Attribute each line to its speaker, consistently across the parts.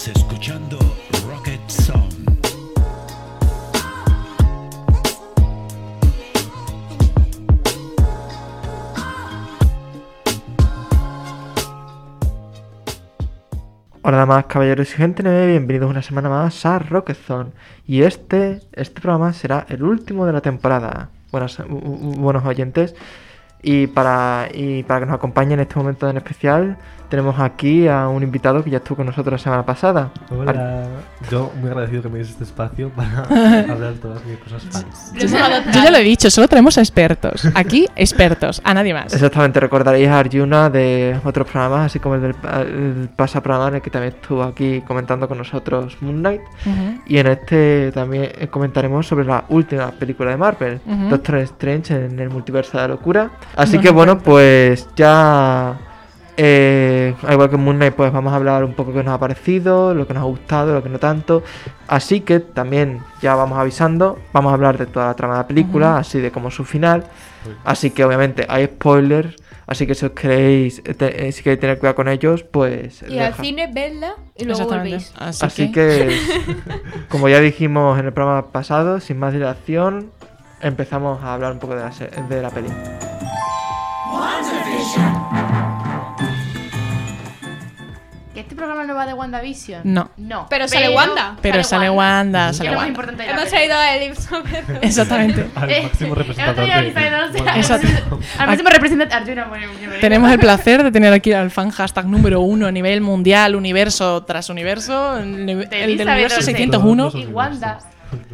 Speaker 1: escuchando Rocket Song.
Speaker 2: Hola damas, caballeros y gente nueva, bienvenidos una semana más a Rocketson. Y este, este programa será el último de la temporada. Buenas, u- u- buenos oyentes. Y para, y para que nos acompañe en este momento en especial, tenemos aquí a un invitado que ya estuvo con nosotros la semana pasada.
Speaker 3: Hola. Yo muy agradecido que me deis este espacio para hablar todas mis cosas fans.
Speaker 4: Yo ya lo he dicho, solo traemos a expertos. Aquí, expertos, a nadie más.
Speaker 2: Exactamente, recordaréis a Arjuna de otros programas, así como el del pa- el pasa programa en el que también estuvo aquí comentando con nosotros Moon Knight.
Speaker 4: Ujú.
Speaker 2: Y en este también eh, comentaremos sobre la última película de Marvel,
Speaker 4: Ujú.
Speaker 2: Doctor Strange en el multiverso de la locura. Así
Speaker 4: Nos
Speaker 2: que bueno,
Speaker 4: encanta.
Speaker 2: pues ya, eh, al igual que Moon Knight, pues vamos a hablar un poco qué nos ha parecido, lo que nos ha gustado, lo que no tanto. Así que también ya vamos avisando, vamos a hablar de toda la trama de la película,
Speaker 4: Ujú.
Speaker 2: así de como su final.
Speaker 3: Uy.
Speaker 2: Así que obviamente hay spoilers, así que si os queréis, eh, te- eh, si queréis tener cuidado con ellos, pues...
Speaker 5: Y al
Speaker 2: deja-
Speaker 5: cine, verla y luego
Speaker 4: Exactamente. Ah,
Speaker 5: volvéis.
Speaker 4: Así,
Speaker 2: Así que, como ya dijimos en el programa pasado, sin más dilación, empezamos a hablar un poco de la, se- de la peli.
Speaker 6: ¿Que este programa no va de WandaVision?
Speaker 4: No.
Speaker 6: No.
Speaker 5: Pero sale Wanda.
Speaker 4: Pero sale Wanda,
Speaker 6: Que es
Speaker 4: sale
Speaker 6: lo más
Speaker 4: Wanda.
Speaker 6: importante de la
Speaker 5: Hemos
Speaker 6: peli.
Speaker 5: traído a Elipso.
Speaker 4: Exactamente.
Speaker 3: Al máximo
Speaker 6: Eh,
Speaker 3: representante.
Speaker 6: el otro día Elizabeth, o sea,
Speaker 4: Exacto.
Speaker 6: Al máximo representante Arjuna. bueno, bueno,
Speaker 4: Tenemos el placer de tener aquí al fan hashtag número uno a nivel mundial, universo tras universo, el, el
Speaker 6: De
Speaker 4: del
Speaker 6: Elizabeth
Speaker 4: universo
Speaker 6: Olsen.
Speaker 4: 601.
Speaker 6: Y Wanda.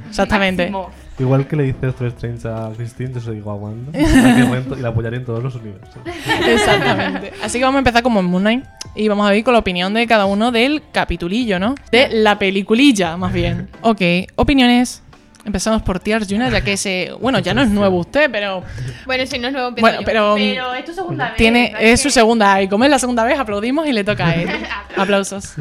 Speaker 4: Exactamente.
Speaker 6: máximo.
Speaker 3: Igual que le dice Doctor Strange a Christine, yo se lo digo a Wanda. Para que rento- y la apoyaré en todos los universos.
Speaker 4: Exactamente. Así que vamos a empezar como en Moon Knight y vamos a ver con la opinión de cada uno del capitulillo, ¿no? De la peliculilla, más bien. Ok, opiniones. Empezamos por Tiar Juna, ya que ese. Bueno, ya no es nuevo usted, pero.
Speaker 5: Bueno, si no es nuevo, empiezo
Speaker 4: Bueno,
Speaker 5: yo.
Speaker 4: pero.
Speaker 6: Pero es tu segunda vez. Ah,
Speaker 4: Tiene,
Speaker 6: ¿sabes
Speaker 4: es su
Speaker 6: qué?
Speaker 4: segunda. Y como es la segunda vez, aplaudimos y le toca a él. Aplausos.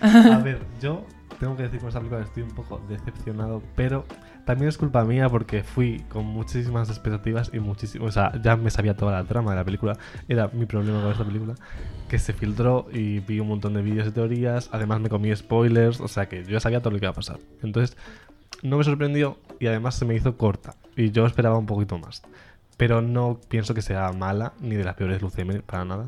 Speaker 3: A ver, yo tengo que decir con esta película que estoy un poco decepcionado, pero también es culpa mía porque fui con muchísimas expectativas y muchísimo. O sea, ya me sabía toda la trama de la película. Era mi problema con esta película. Que se filtró y vi un montón de vídeos y teorías. Además, me comí spoilers. O sea, que yo ya sabía todo lo que iba a pasar. Entonces, no me sorprendió y además se me hizo corta. Y yo esperaba un poquito más. Pero no pienso que sea mala, ni de las peores luces para nada.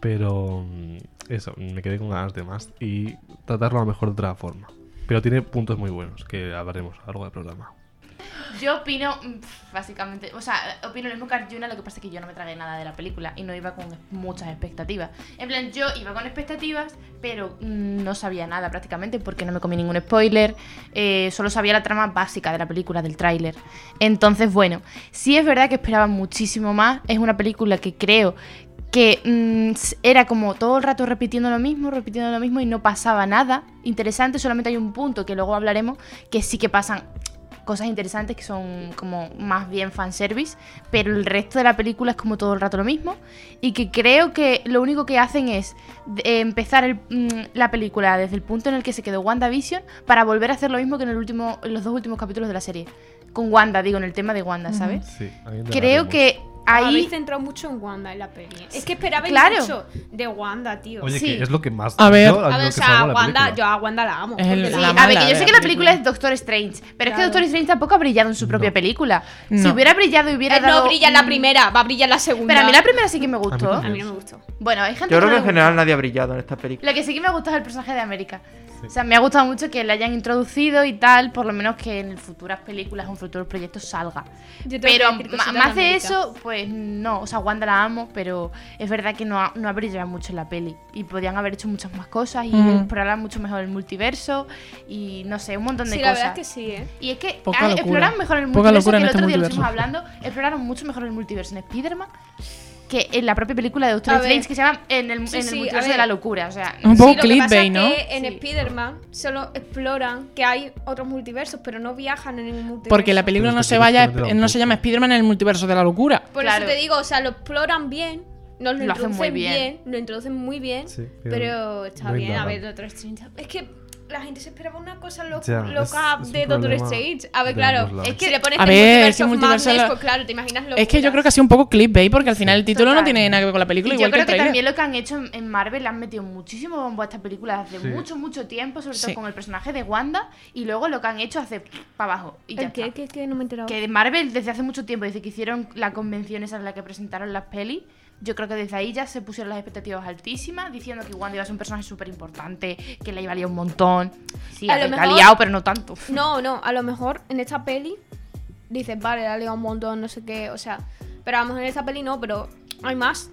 Speaker 3: Pero mm, eso, me quedé con ganas de más y tratarlo a lo mejor de otra forma. Pero tiene puntos muy buenos que hablaremos a lo largo del programa.
Speaker 6: Yo opino, mm, pf, básicamente, o sea, opino lo mismo que Arjuna, lo que pasa es que yo no me tragué nada de la película y no iba con muchas expectativas. En plan, yo iba con expectativas, pero mm, no sabía nada prácticamente porque no me comí ningún spoiler, eh, solo sabía la trama básica de la película, del tráiler. Entonces, bueno, sí es verdad que esperaba muchísimo más, es una película que creo que mm, s- era como todo el rato repitiendo lo mismo, repitiendo lo mismo y no pasaba nada interesante, solamente hay un punto que luego hablaremos que sí que pasan cosas interesantes que son como más bien fanservice, pero el resto de la película es como todo el rato lo mismo y que creo que lo único que hacen es de- eh, empezar el- mm, la película desde el punto en el que se quedó WandaVision para volver a hacer lo mismo que en, el último, en los dos últimos capítulos de la serie. Con Wanda, digo, en el tema de Wanda,
Speaker 4: Ujú.
Speaker 6: ¿sabes?
Speaker 3: Sí, ahí
Speaker 6: Creo
Speaker 3: hablaremos.
Speaker 6: que
Speaker 5: Habéis
Speaker 6: ahí...
Speaker 5: centrado mucho en Wanda en la peli. Es que esperabais
Speaker 6: Claro.
Speaker 5: mucho de Wanda, tío.
Speaker 3: Oye,
Speaker 6: sí.
Speaker 3: que es lo que más.
Speaker 4: A ver.
Speaker 3: yo,
Speaker 5: a
Speaker 3: lo
Speaker 5: ver,
Speaker 3: que
Speaker 5: o
Speaker 3: salvó
Speaker 5: sea,
Speaker 3: la
Speaker 5: Wanda,
Speaker 3: película.
Speaker 5: yo a Wanda la amo.
Speaker 4: Es
Speaker 5: porque
Speaker 4: el-
Speaker 5: la
Speaker 6: Sí,
Speaker 5: amo.
Speaker 4: mala
Speaker 6: a ver, que yo
Speaker 4: de
Speaker 6: sé
Speaker 4: la
Speaker 6: que la
Speaker 4: película.
Speaker 6: película es Doctor Strange, pero es que
Speaker 5: Claro.
Speaker 6: Doctor Strange tampoco ha brillado en su propia película. Si
Speaker 4: No.
Speaker 6: hubiera brillado y hubiera
Speaker 5: Eh,
Speaker 6: dado...
Speaker 5: no brilla en la
Speaker 6: mm,
Speaker 5: primera, va a brillar en la segunda.
Speaker 6: Pero a mí la primera sí que me gustó.
Speaker 3: también.
Speaker 5: A mí no me gustó.
Speaker 6: Bueno, hay gente
Speaker 2: Yo creo
Speaker 6: que no
Speaker 2: que
Speaker 6: le
Speaker 2: en
Speaker 6: gusta.
Speaker 2: general nadie ha brillado en esta película.
Speaker 6: Lo que sí que me gusta es el personaje de América.
Speaker 3: Sí.
Speaker 6: O sea, me ha gustado mucho que le hayan introducido y tal, por lo menos que en futuras películas o en futuros proyectos salga.
Speaker 5: Yo tengo
Speaker 6: Pero
Speaker 5: que decir
Speaker 6: ma-
Speaker 5: cositas
Speaker 6: más de
Speaker 5: América.
Speaker 6: eso, pues no. O sea, Wanda la amo, pero es verdad que no ha, no ha brillado mucho en la peli. Y podían haber hecho muchas más cosas y
Speaker 4: Mm.
Speaker 6: explorar mucho mejor el multiverso y no sé, un montón de
Speaker 5: Sí, la
Speaker 6: cosas.
Speaker 5: verdad es que sí, ¿eh?
Speaker 6: Y es que
Speaker 4: Poca
Speaker 6: han-
Speaker 4: locura.
Speaker 6: exploraron mejor el
Speaker 4: Poca
Speaker 6: multiverso, que
Speaker 4: locura
Speaker 6: el
Speaker 4: en este
Speaker 6: otro día lo estuvimos
Speaker 4: multiverso.
Speaker 6: hablando, exploraron mucho mejor el multiverso en Spider-Man que en la propia película de Doctor
Speaker 5: A
Speaker 6: Strange
Speaker 5: ver.
Speaker 6: que se llama En el,
Speaker 5: Sí,
Speaker 6: en el
Speaker 5: sí, a
Speaker 6: multiverso
Speaker 5: ver.
Speaker 6: de la locura. O sea,
Speaker 4: Un poco
Speaker 5: Sí, lo que pasa
Speaker 4: clickbait,
Speaker 5: es
Speaker 4: ¿no?
Speaker 5: que en
Speaker 6: Sí.
Speaker 5: Spider-Man solo exploran que hay otros multiversos, pero no viajan en ningún multiverso.
Speaker 4: Porque la película no se vaya, no se llama Spider-Man en el multiverso de la locura.
Speaker 5: Por
Speaker 6: Claro.
Speaker 5: eso te digo, o sea, lo exploran bien, nos lo,
Speaker 6: Lo hacen
Speaker 5: introducen
Speaker 6: muy bien.
Speaker 5: bien. lo introducen muy bien,
Speaker 3: Sí, pero
Speaker 5: pero está
Speaker 3: no
Speaker 5: bien, a
Speaker 3: indagan.
Speaker 5: ver, otros 30. Es que la gente se esperaba una cosa lo-
Speaker 3: Ya,
Speaker 5: loca
Speaker 3: es- es
Speaker 5: de
Speaker 3: un
Speaker 5: Doctor
Speaker 3: problema
Speaker 5: Strange. A ver,
Speaker 3: de
Speaker 5: claro,
Speaker 3: ambos lados.
Speaker 5: es que si le pones
Speaker 4: A
Speaker 5: el
Speaker 4: ver,
Speaker 5: multiverso
Speaker 4: es que
Speaker 5: of
Speaker 4: multiverso
Speaker 5: Madness,
Speaker 4: la-
Speaker 5: pues claro, te imaginas lo
Speaker 4: Es que yo creo que ha sido un poco clickbait porque al final el título no
Speaker 6: Total.
Speaker 4: tiene nada que ver con la película.
Speaker 6: Y
Speaker 4: igual
Speaker 6: yo creo
Speaker 4: que,
Speaker 6: que,
Speaker 4: el
Speaker 6: también
Speaker 4: tráiler.
Speaker 6: lo que han hecho en- en Marvel, le han metido muchísimo bombo a esta película hace
Speaker 3: Sí.
Speaker 6: mucho, mucho tiempo, sobre
Speaker 4: Sí.
Speaker 6: todo con el personaje de Wanda, y luego lo que han hecho hace para abajo. Y ya
Speaker 5: ¿El qué?
Speaker 6: está.
Speaker 5: ¿Qué? ¿Qué? No me he enterado.
Speaker 6: Que de Marvel desde hace mucho tiempo, desde que hicieron la convención esa en la que presentaron las pelis, yo creo que desde ahí ya se pusieron las expectativas altísimas, diciendo que Wanda iba a ser un personaje súper importante, que la iba a liar un montón. Sí,
Speaker 5: A
Speaker 6: a
Speaker 5: lo
Speaker 6: ver, la ha
Speaker 5: mejor-
Speaker 6: liado, pero no tanto.
Speaker 5: No, no, a lo mejor en esta peli dices, vale, la liado un montón, no sé qué, o sea, pero a lo mejor en esta peli no, pero hay más.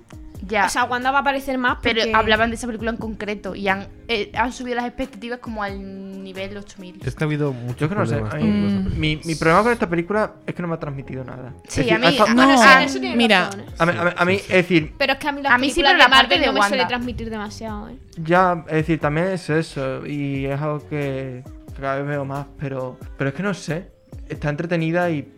Speaker 6: Ya.
Speaker 5: O sea, Wanda va a aparecer más
Speaker 6: pero
Speaker 5: porque-
Speaker 6: hablaban de esa película en concreto y han, eh, han subido las expectativas como al nivel 8000.
Speaker 3: Es que ha habido muchos
Speaker 2: Yo Mm. que no sé,
Speaker 3: problemas
Speaker 2: a
Speaker 3: con
Speaker 2: mí-
Speaker 3: esa película.
Speaker 2: Mi, mi problema con esta película es que no me ha transmitido nada. Es
Speaker 6: Sí,
Speaker 2: decir,
Speaker 6: a mí-
Speaker 2: ha estado-
Speaker 5: Bueno,
Speaker 4: No,
Speaker 5: sí, en Ah, eso tienes
Speaker 4: Ah, mira.
Speaker 5: razón, ¿eh?
Speaker 2: a mí- a mí- a mí, es decir,
Speaker 5: Pero es que a mí las
Speaker 6: A mí sí,
Speaker 5: películas
Speaker 6: pero la
Speaker 5: de
Speaker 6: parte
Speaker 5: Marvel
Speaker 6: de
Speaker 5: no me suele
Speaker 6: Wanda.
Speaker 5: transmitir demasiado, ¿eh?
Speaker 2: Ya, es decir, también es eso. Y es algo que cada vez veo más, pero. Pero es que no sé. Está entretenida y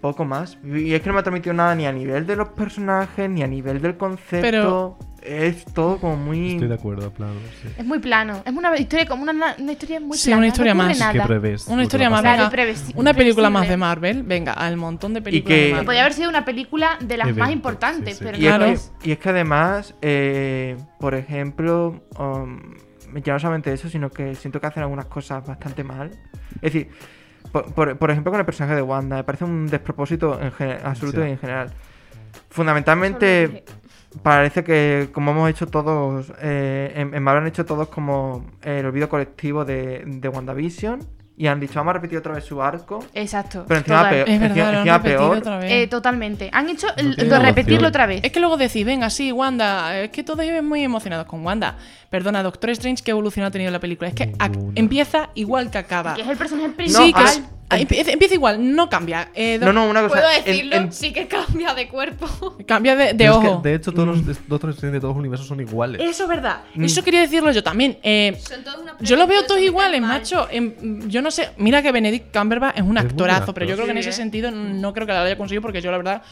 Speaker 2: poco más. Y es que no me ha transmitido nada ni a nivel de los personajes, ni a nivel del concepto. Es todo como muy.
Speaker 3: Estoy de acuerdo, claro. sí.
Speaker 6: Es muy plano. Es una historia como una, una historia muy
Speaker 4: Sí,
Speaker 6: plana,
Speaker 4: una historia
Speaker 6: no ocurre
Speaker 4: más.
Speaker 6: nada.
Speaker 3: Que prevés.
Speaker 4: Una historia más
Speaker 6: Claro,
Speaker 4: Venga,
Speaker 6: previsi-
Speaker 4: Una película más de
Speaker 6: previsible.
Speaker 4: Marvel, venga, al montón de películas
Speaker 2: que-
Speaker 4: de
Speaker 6: Que
Speaker 4: Marvel.
Speaker 6: podía haber sido una película de las
Speaker 3: Evento,
Speaker 6: más importantes,
Speaker 3: sí, sí.
Speaker 6: pero
Speaker 2: Y,
Speaker 6: no lo
Speaker 4: Claro.
Speaker 2: es
Speaker 6: es.
Speaker 2: que, y es que además, eh, por ejemplo, um, ya no solamente eso, sino que siento que hacen algunas cosas bastante mal. Es decir, por, por- por ejemplo, con el personaje de Wanda, me parece un despropósito en gen- absoluto
Speaker 3: Sí.
Speaker 2: y en general. Fundamentalmente, parece que como hemos hecho todos, eh, en, en Marvel han hecho todos como el olvido colectivo de, de WandaVision y han dicho, vamos a repetir otra vez su arco,
Speaker 6: Exacto.
Speaker 2: pero encima
Speaker 6: total.
Speaker 2: peor.
Speaker 4: Es verdad, lo han
Speaker 2: encima
Speaker 4: repetido
Speaker 2: peor.
Speaker 4: otra vez.
Speaker 6: Eh, totalmente. Han hecho el-
Speaker 3: tiene
Speaker 6: lo
Speaker 3: emoción.
Speaker 6: repetirlo otra vez.
Speaker 4: Es que luego decís, venga, sí, Wanda, es que todos viven muy emocionados con Wanda. Perdona, Doctor Strange, ¿qué evolución ha tenido la película? Es que ac-
Speaker 3: Ninguna.
Speaker 4: empieza igual que acaba.
Speaker 6: Que es el personaje principal.
Speaker 4: Sí, que
Speaker 2: a
Speaker 4: es-
Speaker 2: ver.
Speaker 4: ah, empie- empieza igual, no cambia. Eh,
Speaker 2: No, no, una cosa.
Speaker 5: Puedo
Speaker 2: en-
Speaker 5: decirlo,
Speaker 2: en-
Speaker 5: sí que cambia de cuerpo.
Speaker 4: Cambia de, de
Speaker 3: Pero es que,
Speaker 4: ojo.
Speaker 3: de hecho, todos los de- Doctor Strange de todos los universos son iguales.
Speaker 4: Eso es verdad. Mm. Eso quería decirlo yo también. Eh,
Speaker 5: Son todos una
Speaker 4: yo los veo todos
Speaker 5: se me caen
Speaker 4: iguales,
Speaker 5: mal.
Speaker 4: macho. Em, yo no sé. Mira que Benedict Cumberbatch es un
Speaker 3: Es muy buen
Speaker 4: actorazo,
Speaker 3: actor.
Speaker 4: pero yo creo que en
Speaker 6: Sí,
Speaker 4: ese
Speaker 6: ¿eh?
Speaker 4: sentido no creo que la haya conseguido porque yo la verdad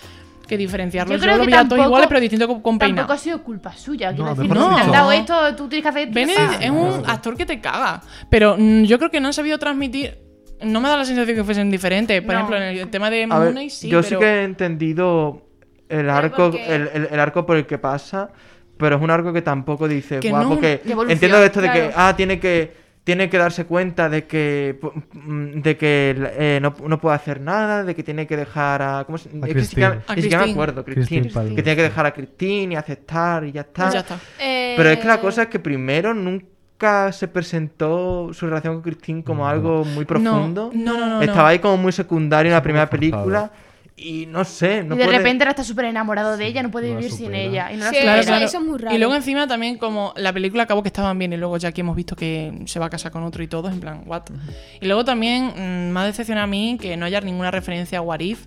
Speaker 4: que diferenciarlo.
Speaker 6: Yo
Speaker 4: Yo,
Speaker 6: creo
Speaker 4: lo
Speaker 6: que
Speaker 4: veía a
Speaker 6: tampoco-
Speaker 4: todos iguales, pero distinto con, con peinado.
Speaker 6: Tampoco ha sido culpa suya. Quiero
Speaker 3: No,
Speaker 6: decir,
Speaker 3: mejor
Speaker 6: no.
Speaker 4: dicho.
Speaker 6: te han dado
Speaker 4: No.
Speaker 6: esto, tú tienes que hacer esto.
Speaker 4: Benedict
Speaker 6: Ah,
Speaker 4: es un actor que te caga. Pero mm, yo creo que no han sabido transmitir. No me da la sensación que fuesen diferentes. Por
Speaker 6: No.
Speaker 4: ejemplo, en el tema de
Speaker 2: A
Speaker 4: Moon
Speaker 2: ver,
Speaker 4: Knight sí,
Speaker 2: yo
Speaker 4: pero...
Speaker 2: sí que he entendido el arco,
Speaker 5: porque-
Speaker 2: el, el- el arco por el que pasa, pero es un arco que tampoco dice,
Speaker 4: Que
Speaker 2: guau,
Speaker 4: no,
Speaker 2: porque
Speaker 6: de evolución,
Speaker 2: entiendo esto de que,
Speaker 6: claro.
Speaker 2: ah, tiene que, tiene que darse cuenta de que, mm, de que eh, no, no puede hacer nada, de que tiene que dejar a, ¿cómo se, es que ni siquiera-
Speaker 3: Christine.
Speaker 4: A
Speaker 2: ni siquiera me
Speaker 4: Christine.
Speaker 2: acuerdo,
Speaker 3: Christine
Speaker 2: Christine,
Speaker 3: Palmer.
Speaker 2: que tiene que dejar a Christine y aceptar y ya está.
Speaker 4: pues Ya está.
Speaker 5: Eh,
Speaker 4: Eh,
Speaker 2: Pero es que la cosa es que primero nunca se presentó su relación con Christine como
Speaker 3: No.
Speaker 2: algo muy profundo.
Speaker 4: No, no, no. no,
Speaker 2: Estaba ahí como muy secundario en la primera
Speaker 3: muy forzado.
Speaker 2: película. Y no sé, no
Speaker 6: y de
Speaker 2: puede-
Speaker 6: repente ahora está súper enamorado de
Speaker 3: Sí,
Speaker 6: ella, no puede
Speaker 3: no la
Speaker 6: vivir sin
Speaker 3: supera.
Speaker 6: ella. Y no la
Speaker 5: Sí,
Speaker 6: supera.
Speaker 5: Claro, claro. eso es muy raro.
Speaker 4: Y luego encima también como la película acabó que estaban bien y luego ya aquí hemos visto que se va a casar con otro y todo, en plan, what? Y luego también mm, me ha decepcionado a mí que no haya ninguna referencia a Warif.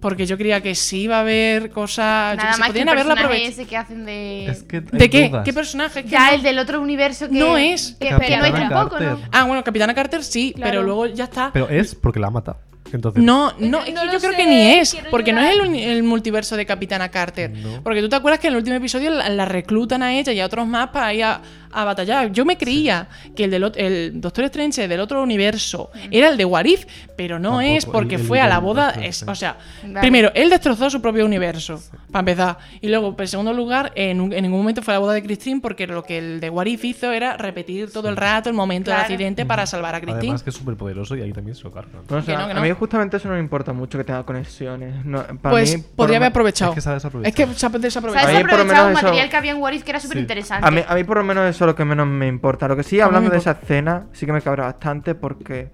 Speaker 4: Porque yo creía que sí iba a haber cosas... Ah, yo qué
Speaker 6: Nada
Speaker 4: sé,
Speaker 6: más que el
Speaker 4: podían haberla
Speaker 6: personaje
Speaker 4: aprovechado.
Speaker 6: ese que hacen de...
Speaker 3: Es que hay
Speaker 4: ¿De qué?
Speaker 3: dudas.
Speaker 4: ¿Qué personaje? Es que
Speaker 6: Ya
Speaker 4: no-
Speaker 6: el del otro universo que...
Speaker 4: No es.
Speaker 6: Que,
Speaker 5: Capitana
Speaker 6: que no es tampoco,
Speaker 3: Carter.
Speaker 6: ¿no?
Speaker 4: Ah, bueno, Capitana Carter sí,
Speaker 5: Claro.
Speaker 4: pero luego ya está.
Speaker 3: Pero es porque la mata. Entonces,
Speaker 4: No, no,
Speaker 5: Pero
Speaker 4: es
Speaker 5: no
Speaker 4: que
Speaker 5: lo
Speaker 4: yo creo
Speaker 5: sé,
Speaker 4: que ni es,
Speaker 5: quiero
Speaker 4: porque no
Speaker 5: llorar.
Speaker 4: es el, uni- el multiverso de Capitana Carter.
Speaker 3: No.
Speaker 4: Porque tú te acuerdas que en el último episodio la, la reclutan a ella y a otros más para ir a, a batallar. Yo me creía que el, del, ot- el Doctor Strange del otro universo era el de Warif, pero no
Speaker 3: Tampoco,
Speaker 4: es, porque
Speaker 3: el- el
Speaker 4: fue a la
Speaker 3: del
Speaker 4: boda.
Speaker 3: Doctor
Speaker 4: es-
Speaker 3: Strange.
Speaker 4: o sea,
Speaker 6: Vale.
Speaker 4: primero, él destrozó su propio universo, para empezar. Y luego, en segundo lugar, en, un- en ningún momento fue a la boda de Christine, porque lo que el de Warif hizo era repetir todo el rato el momento
Speaker 6: Claro.
Speaker 4: del accidente para salvar a Christine.
Speaker 3: además que es súper poderoso y ahí también se lo cargan.
Speaker 2: No, o sea,
Speaker 4: Que no, que
Speaker 2: A mí
Speaker 4: no.
Speaker 2: justamente eso no me importa mucho que tenga conexiones. No, para
Speaker 4: Pues
Speaker 2: mí, por
Speaker 4: podría
Speaker 2: lo
Speaker 4: haber
Speaker 2: men-
Speaker 4: aprovechado.
Speaker 3: Es que se ha desaprovechado.
Speaker 4: Es que se ha
Speaker 6: ¿Sabes?
Speaker 4: desaprovechado.
Speaker 2: Ahí, por lo
Speaker 6: aprovechado un
Speaker 2: menos, eso-
Speaker 6: material que había en Warif que era súper interesante.
Speaker 2: a mí, a mí por lo menos eso es lo que menos me importa. Lo que sí, hablando
Speaker 4: me
Speaker 2: de esa escena, sí que me cabra bastante porque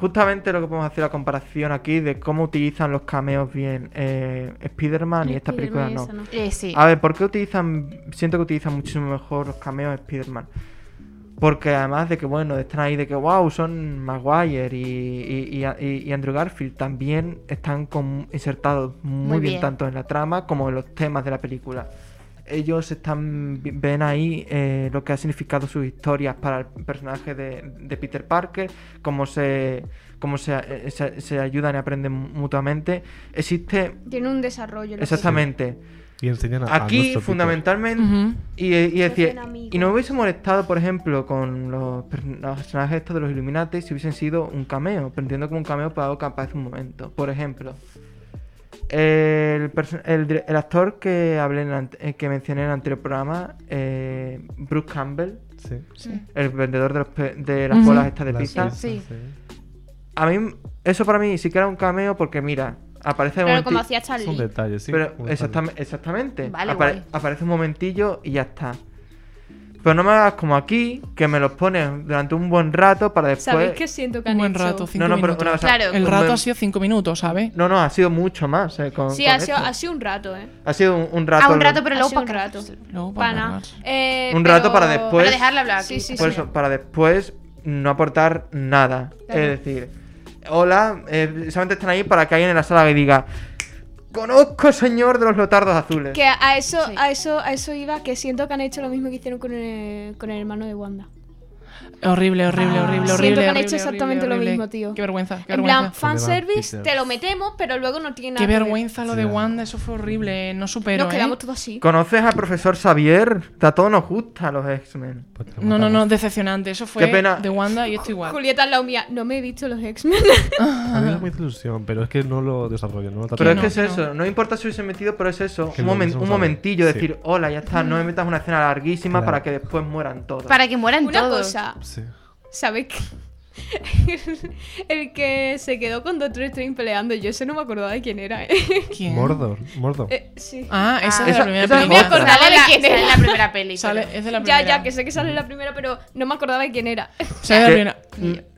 Speaker 2: justamente lo que podemos hacer la comparación aquí de cómo utilizan los cameos bien eh, Spider-Man y esta película no.
Speaker 6: Eh, sí.
Speaker 2: A ver, ¿por qué utilizan? Siento que utilizan muchísimo mejor los cameos de Spider-Man. Porque además de que, bueno, están ahí de que, wow, son Maguire y, y- y- y- y Andrew Garfield, también están con- insertados muy,
Speaker 6: Muy
Speaker 2: bien,
Speaker 6: bien.
Speaker 2: tanto en la trama como en los temas de la película. Ellos están ven ahí eh, lo que ha significado sus historias para el personaje de, de Peter Parker, cómo se, cómo se, eh, se- se ayudan y aprenden mutuamente. Existe
Speaker 5: Tiene un desarrollo. lo que-
Speaker 2: Exactamente.
Speaker 3: y enseñan a, a
Speaker 2: Aquí,
Speaker 3: nuestro tipo.
Speaker 2: fundamentalmente,
Speaker 4: Ujú.
Speaker 2: y, y decir,
Speaker 5: suena amigo.
Speaker 2: y no hubiese molestado, por ejemplo, con los personajes estos de los Illuminati si hubiesen sido un cameo, pero entiendo como un cameo pagado capaz de un momento. Por ejemplo, el, perso- el dir- el actor que hablé en el ante- eh, que mencioné en el anterior programa, eh, Bruce Campbell,
Speaker 3: Sí.
Speaker 2: el vendedor de, los pe- de las
Speaker 4: Ujú.
Speaker 2: bolas estas de
Speaker 3: Las
Speaker 2: pizza,
Speaker 3: pizzas,
Speaker 6: Sí.
Speaker 2: a mí eso para mí sí que era un cameo porque mira, aparece de
Speaker 5: Claro,
Speaker 2: momenti-
Speaker 5: como hacía Charlie.
Speaker 3: Son detalles, sí.
Speaker 2: pero
Speaker 3: como
Speaker 2: exactam- exactamente.
Speaker 6: Vale,
Speaker 2: Apare-
Speaker 6: guay.
Speaker 2: aparece un momentillo y ya está. Pero no me hagas como aquí, que me los pones durante un buen rato para después.
Speaker 7: ¿Sabéis qué siento que han
Speaker 4: Un buen
Speaker 7: hecho?
Speaker 4: rato, cinco
Speaker 2: No, no, pero
Speaker 4: minutos.
Speaker 2: una cosa.
Speaker 6: Claro.
Speaker 4: El
Speaker 2: un
Speaker 4: rato
Speaker 2: buen-
Speaker 4: ha sido cinco minutos, ¿sabes?
Speaker 2: No, no, ha sido mucho más. eh, con-
Speaker 5: Sí,
Speaker 2: con
Speaker 5: ha sido,
Speaker 2: esto.
Speaker 5: ha sido un rato, ¿eh?
Speaker 2: Ha sido un, un rato.
Speaker 6: A Ah, un
Speaker 2: lo-
Speaker 6: rato, pero
Speaker 5: Ha
Speaker 6: luego
Speaker 5: sido un
Speaker 6: para
Speaker 5: rato.
Speaker 4: Luego para
Speaker 5: Pana.
Speaker 4: acabar.
Speaker 5: Eh,
Speaker 2: Un rato
Speaker 5: pero-
Speaker 2: para después.
Speaker 6: Para dejarla hablar.
Speaker 5: Sí,
Speaker 6: aquí.
Speaker 5: sí,
Speaker 2: Por
Speaker 5: sí.
Speaker 2: eso, para después no aportar nada.
Speaker 5: Claro.
Speaker 2: Es decir, hola, eh, solamente están ahí para que alguien en la sala me diga: Conozco al señor de los lotardos azules.
Speaker 5: Que a eso,
Speaker 6: Sí.
Speaker 5: a eso, a eso iba, que siento que han hecho lo mismo que hicieron con el, con el hermano de Wanda.
Speaker 4: Horrible, horrible, horrible,
Speaker 5: Siento
Speaker 4: horrible.
Speaker 5: que han
Speaker 4: horrible,
Speaker 5: hecho exactamente lo
Speaker 4: horrible.
Speaker 5: mismo, tío.
Speaker 4: Qué vergüenza, qué
Speaker 5: en
Speaker 4: vergüenza.
Speaker 5: plan, fanservice,
Speaker 3: Peter.
Speaker 5: te lo metemos, pero luego no tiene nada.
Speaker 4: Qué
Speaker 5: que ver.
Speaker 4: vergüenza lo de Wanda, eso fue horrible, no supero.
Speaker 5: Nos
Speaker 4: ¿eh?
Speaker 5: quedamos todos así.
Speaker 2: ¿Conoces al profesor Xavier? A todos nos gustan los X-Men.
Speaker 3: Pues te lo
Speaker 4: No, no, no,
Speaker 3: matamos.
Speaker 4: decepcionante. Eso fue
Speaker 2: Qué pena.
Speaker 4: de Wanda y esto igual.
Speaker 5: Julieta es la mía. No me he visto los X-Men.
Speaker 3: A mí me da mucha ilusión, pero es que no lo desarrollo, no lo
Speaker 2: Pero es
Speaker 4: no,
Speaker 2: que es
Speaker 4: no.
Speaker 2: eso, no importa si hubiese metido, pero es eso,
Speaker 3: Que
Speaker 2: un,
Speaker 3: lo
Speaker 2: momen-
Speaker 3: mismo
Speaker 2: un
Speaker 3: sabe.
Speaker 2: momentillo,
Speaker 3: Sí.
Speaker 2: decir, hola, ya está, no me metas una escena larguísima
Speaker 3: Claro.
Speaker 2: para que después mueran todos.
Speaker 6: Para que mueran
Speaker 5: Una
Speaker 6: todos.
Speaker 5: cosa,
Speaker 3: Sí.
Speaker 5: ¿sabéis que el que se quedó con Doctor Strange peleando, yo ese no me acordaba de quién era, ¿eh?
Speaker 4: ¿Quién?
Speaker 3: Mordor, Mordor.
Speaker 5: Eh, sí.
Speaker 4: Ah, esa es
Speaker 6: Ah.
Speaker 4: de
Speaker 2: Esa-
Speaker 4: la primera
Speaker 2: esa es
Speaker 4: película.
Speaker 5: otra. acordaba
Speaker 6: Sale
Speaker 5: de
Speaker 6: la-
Speaker 5: quién
Speaker 6: sale
Speaker 5: era.
Speaker 6: la primera peli.
Speaker 4: Sale-
Speaker 6: pero-
Speaker 4: es de la
Speaker 5: Ya,
Speaker 4: primera.
Speaker 5: ya, que sé que sale en la primera, pero no me acordaba de quién era.
Speaker 4: Esa es de
Speaker 2: Que-
Speaker 4: la primera.
Speaker 2: n- eh,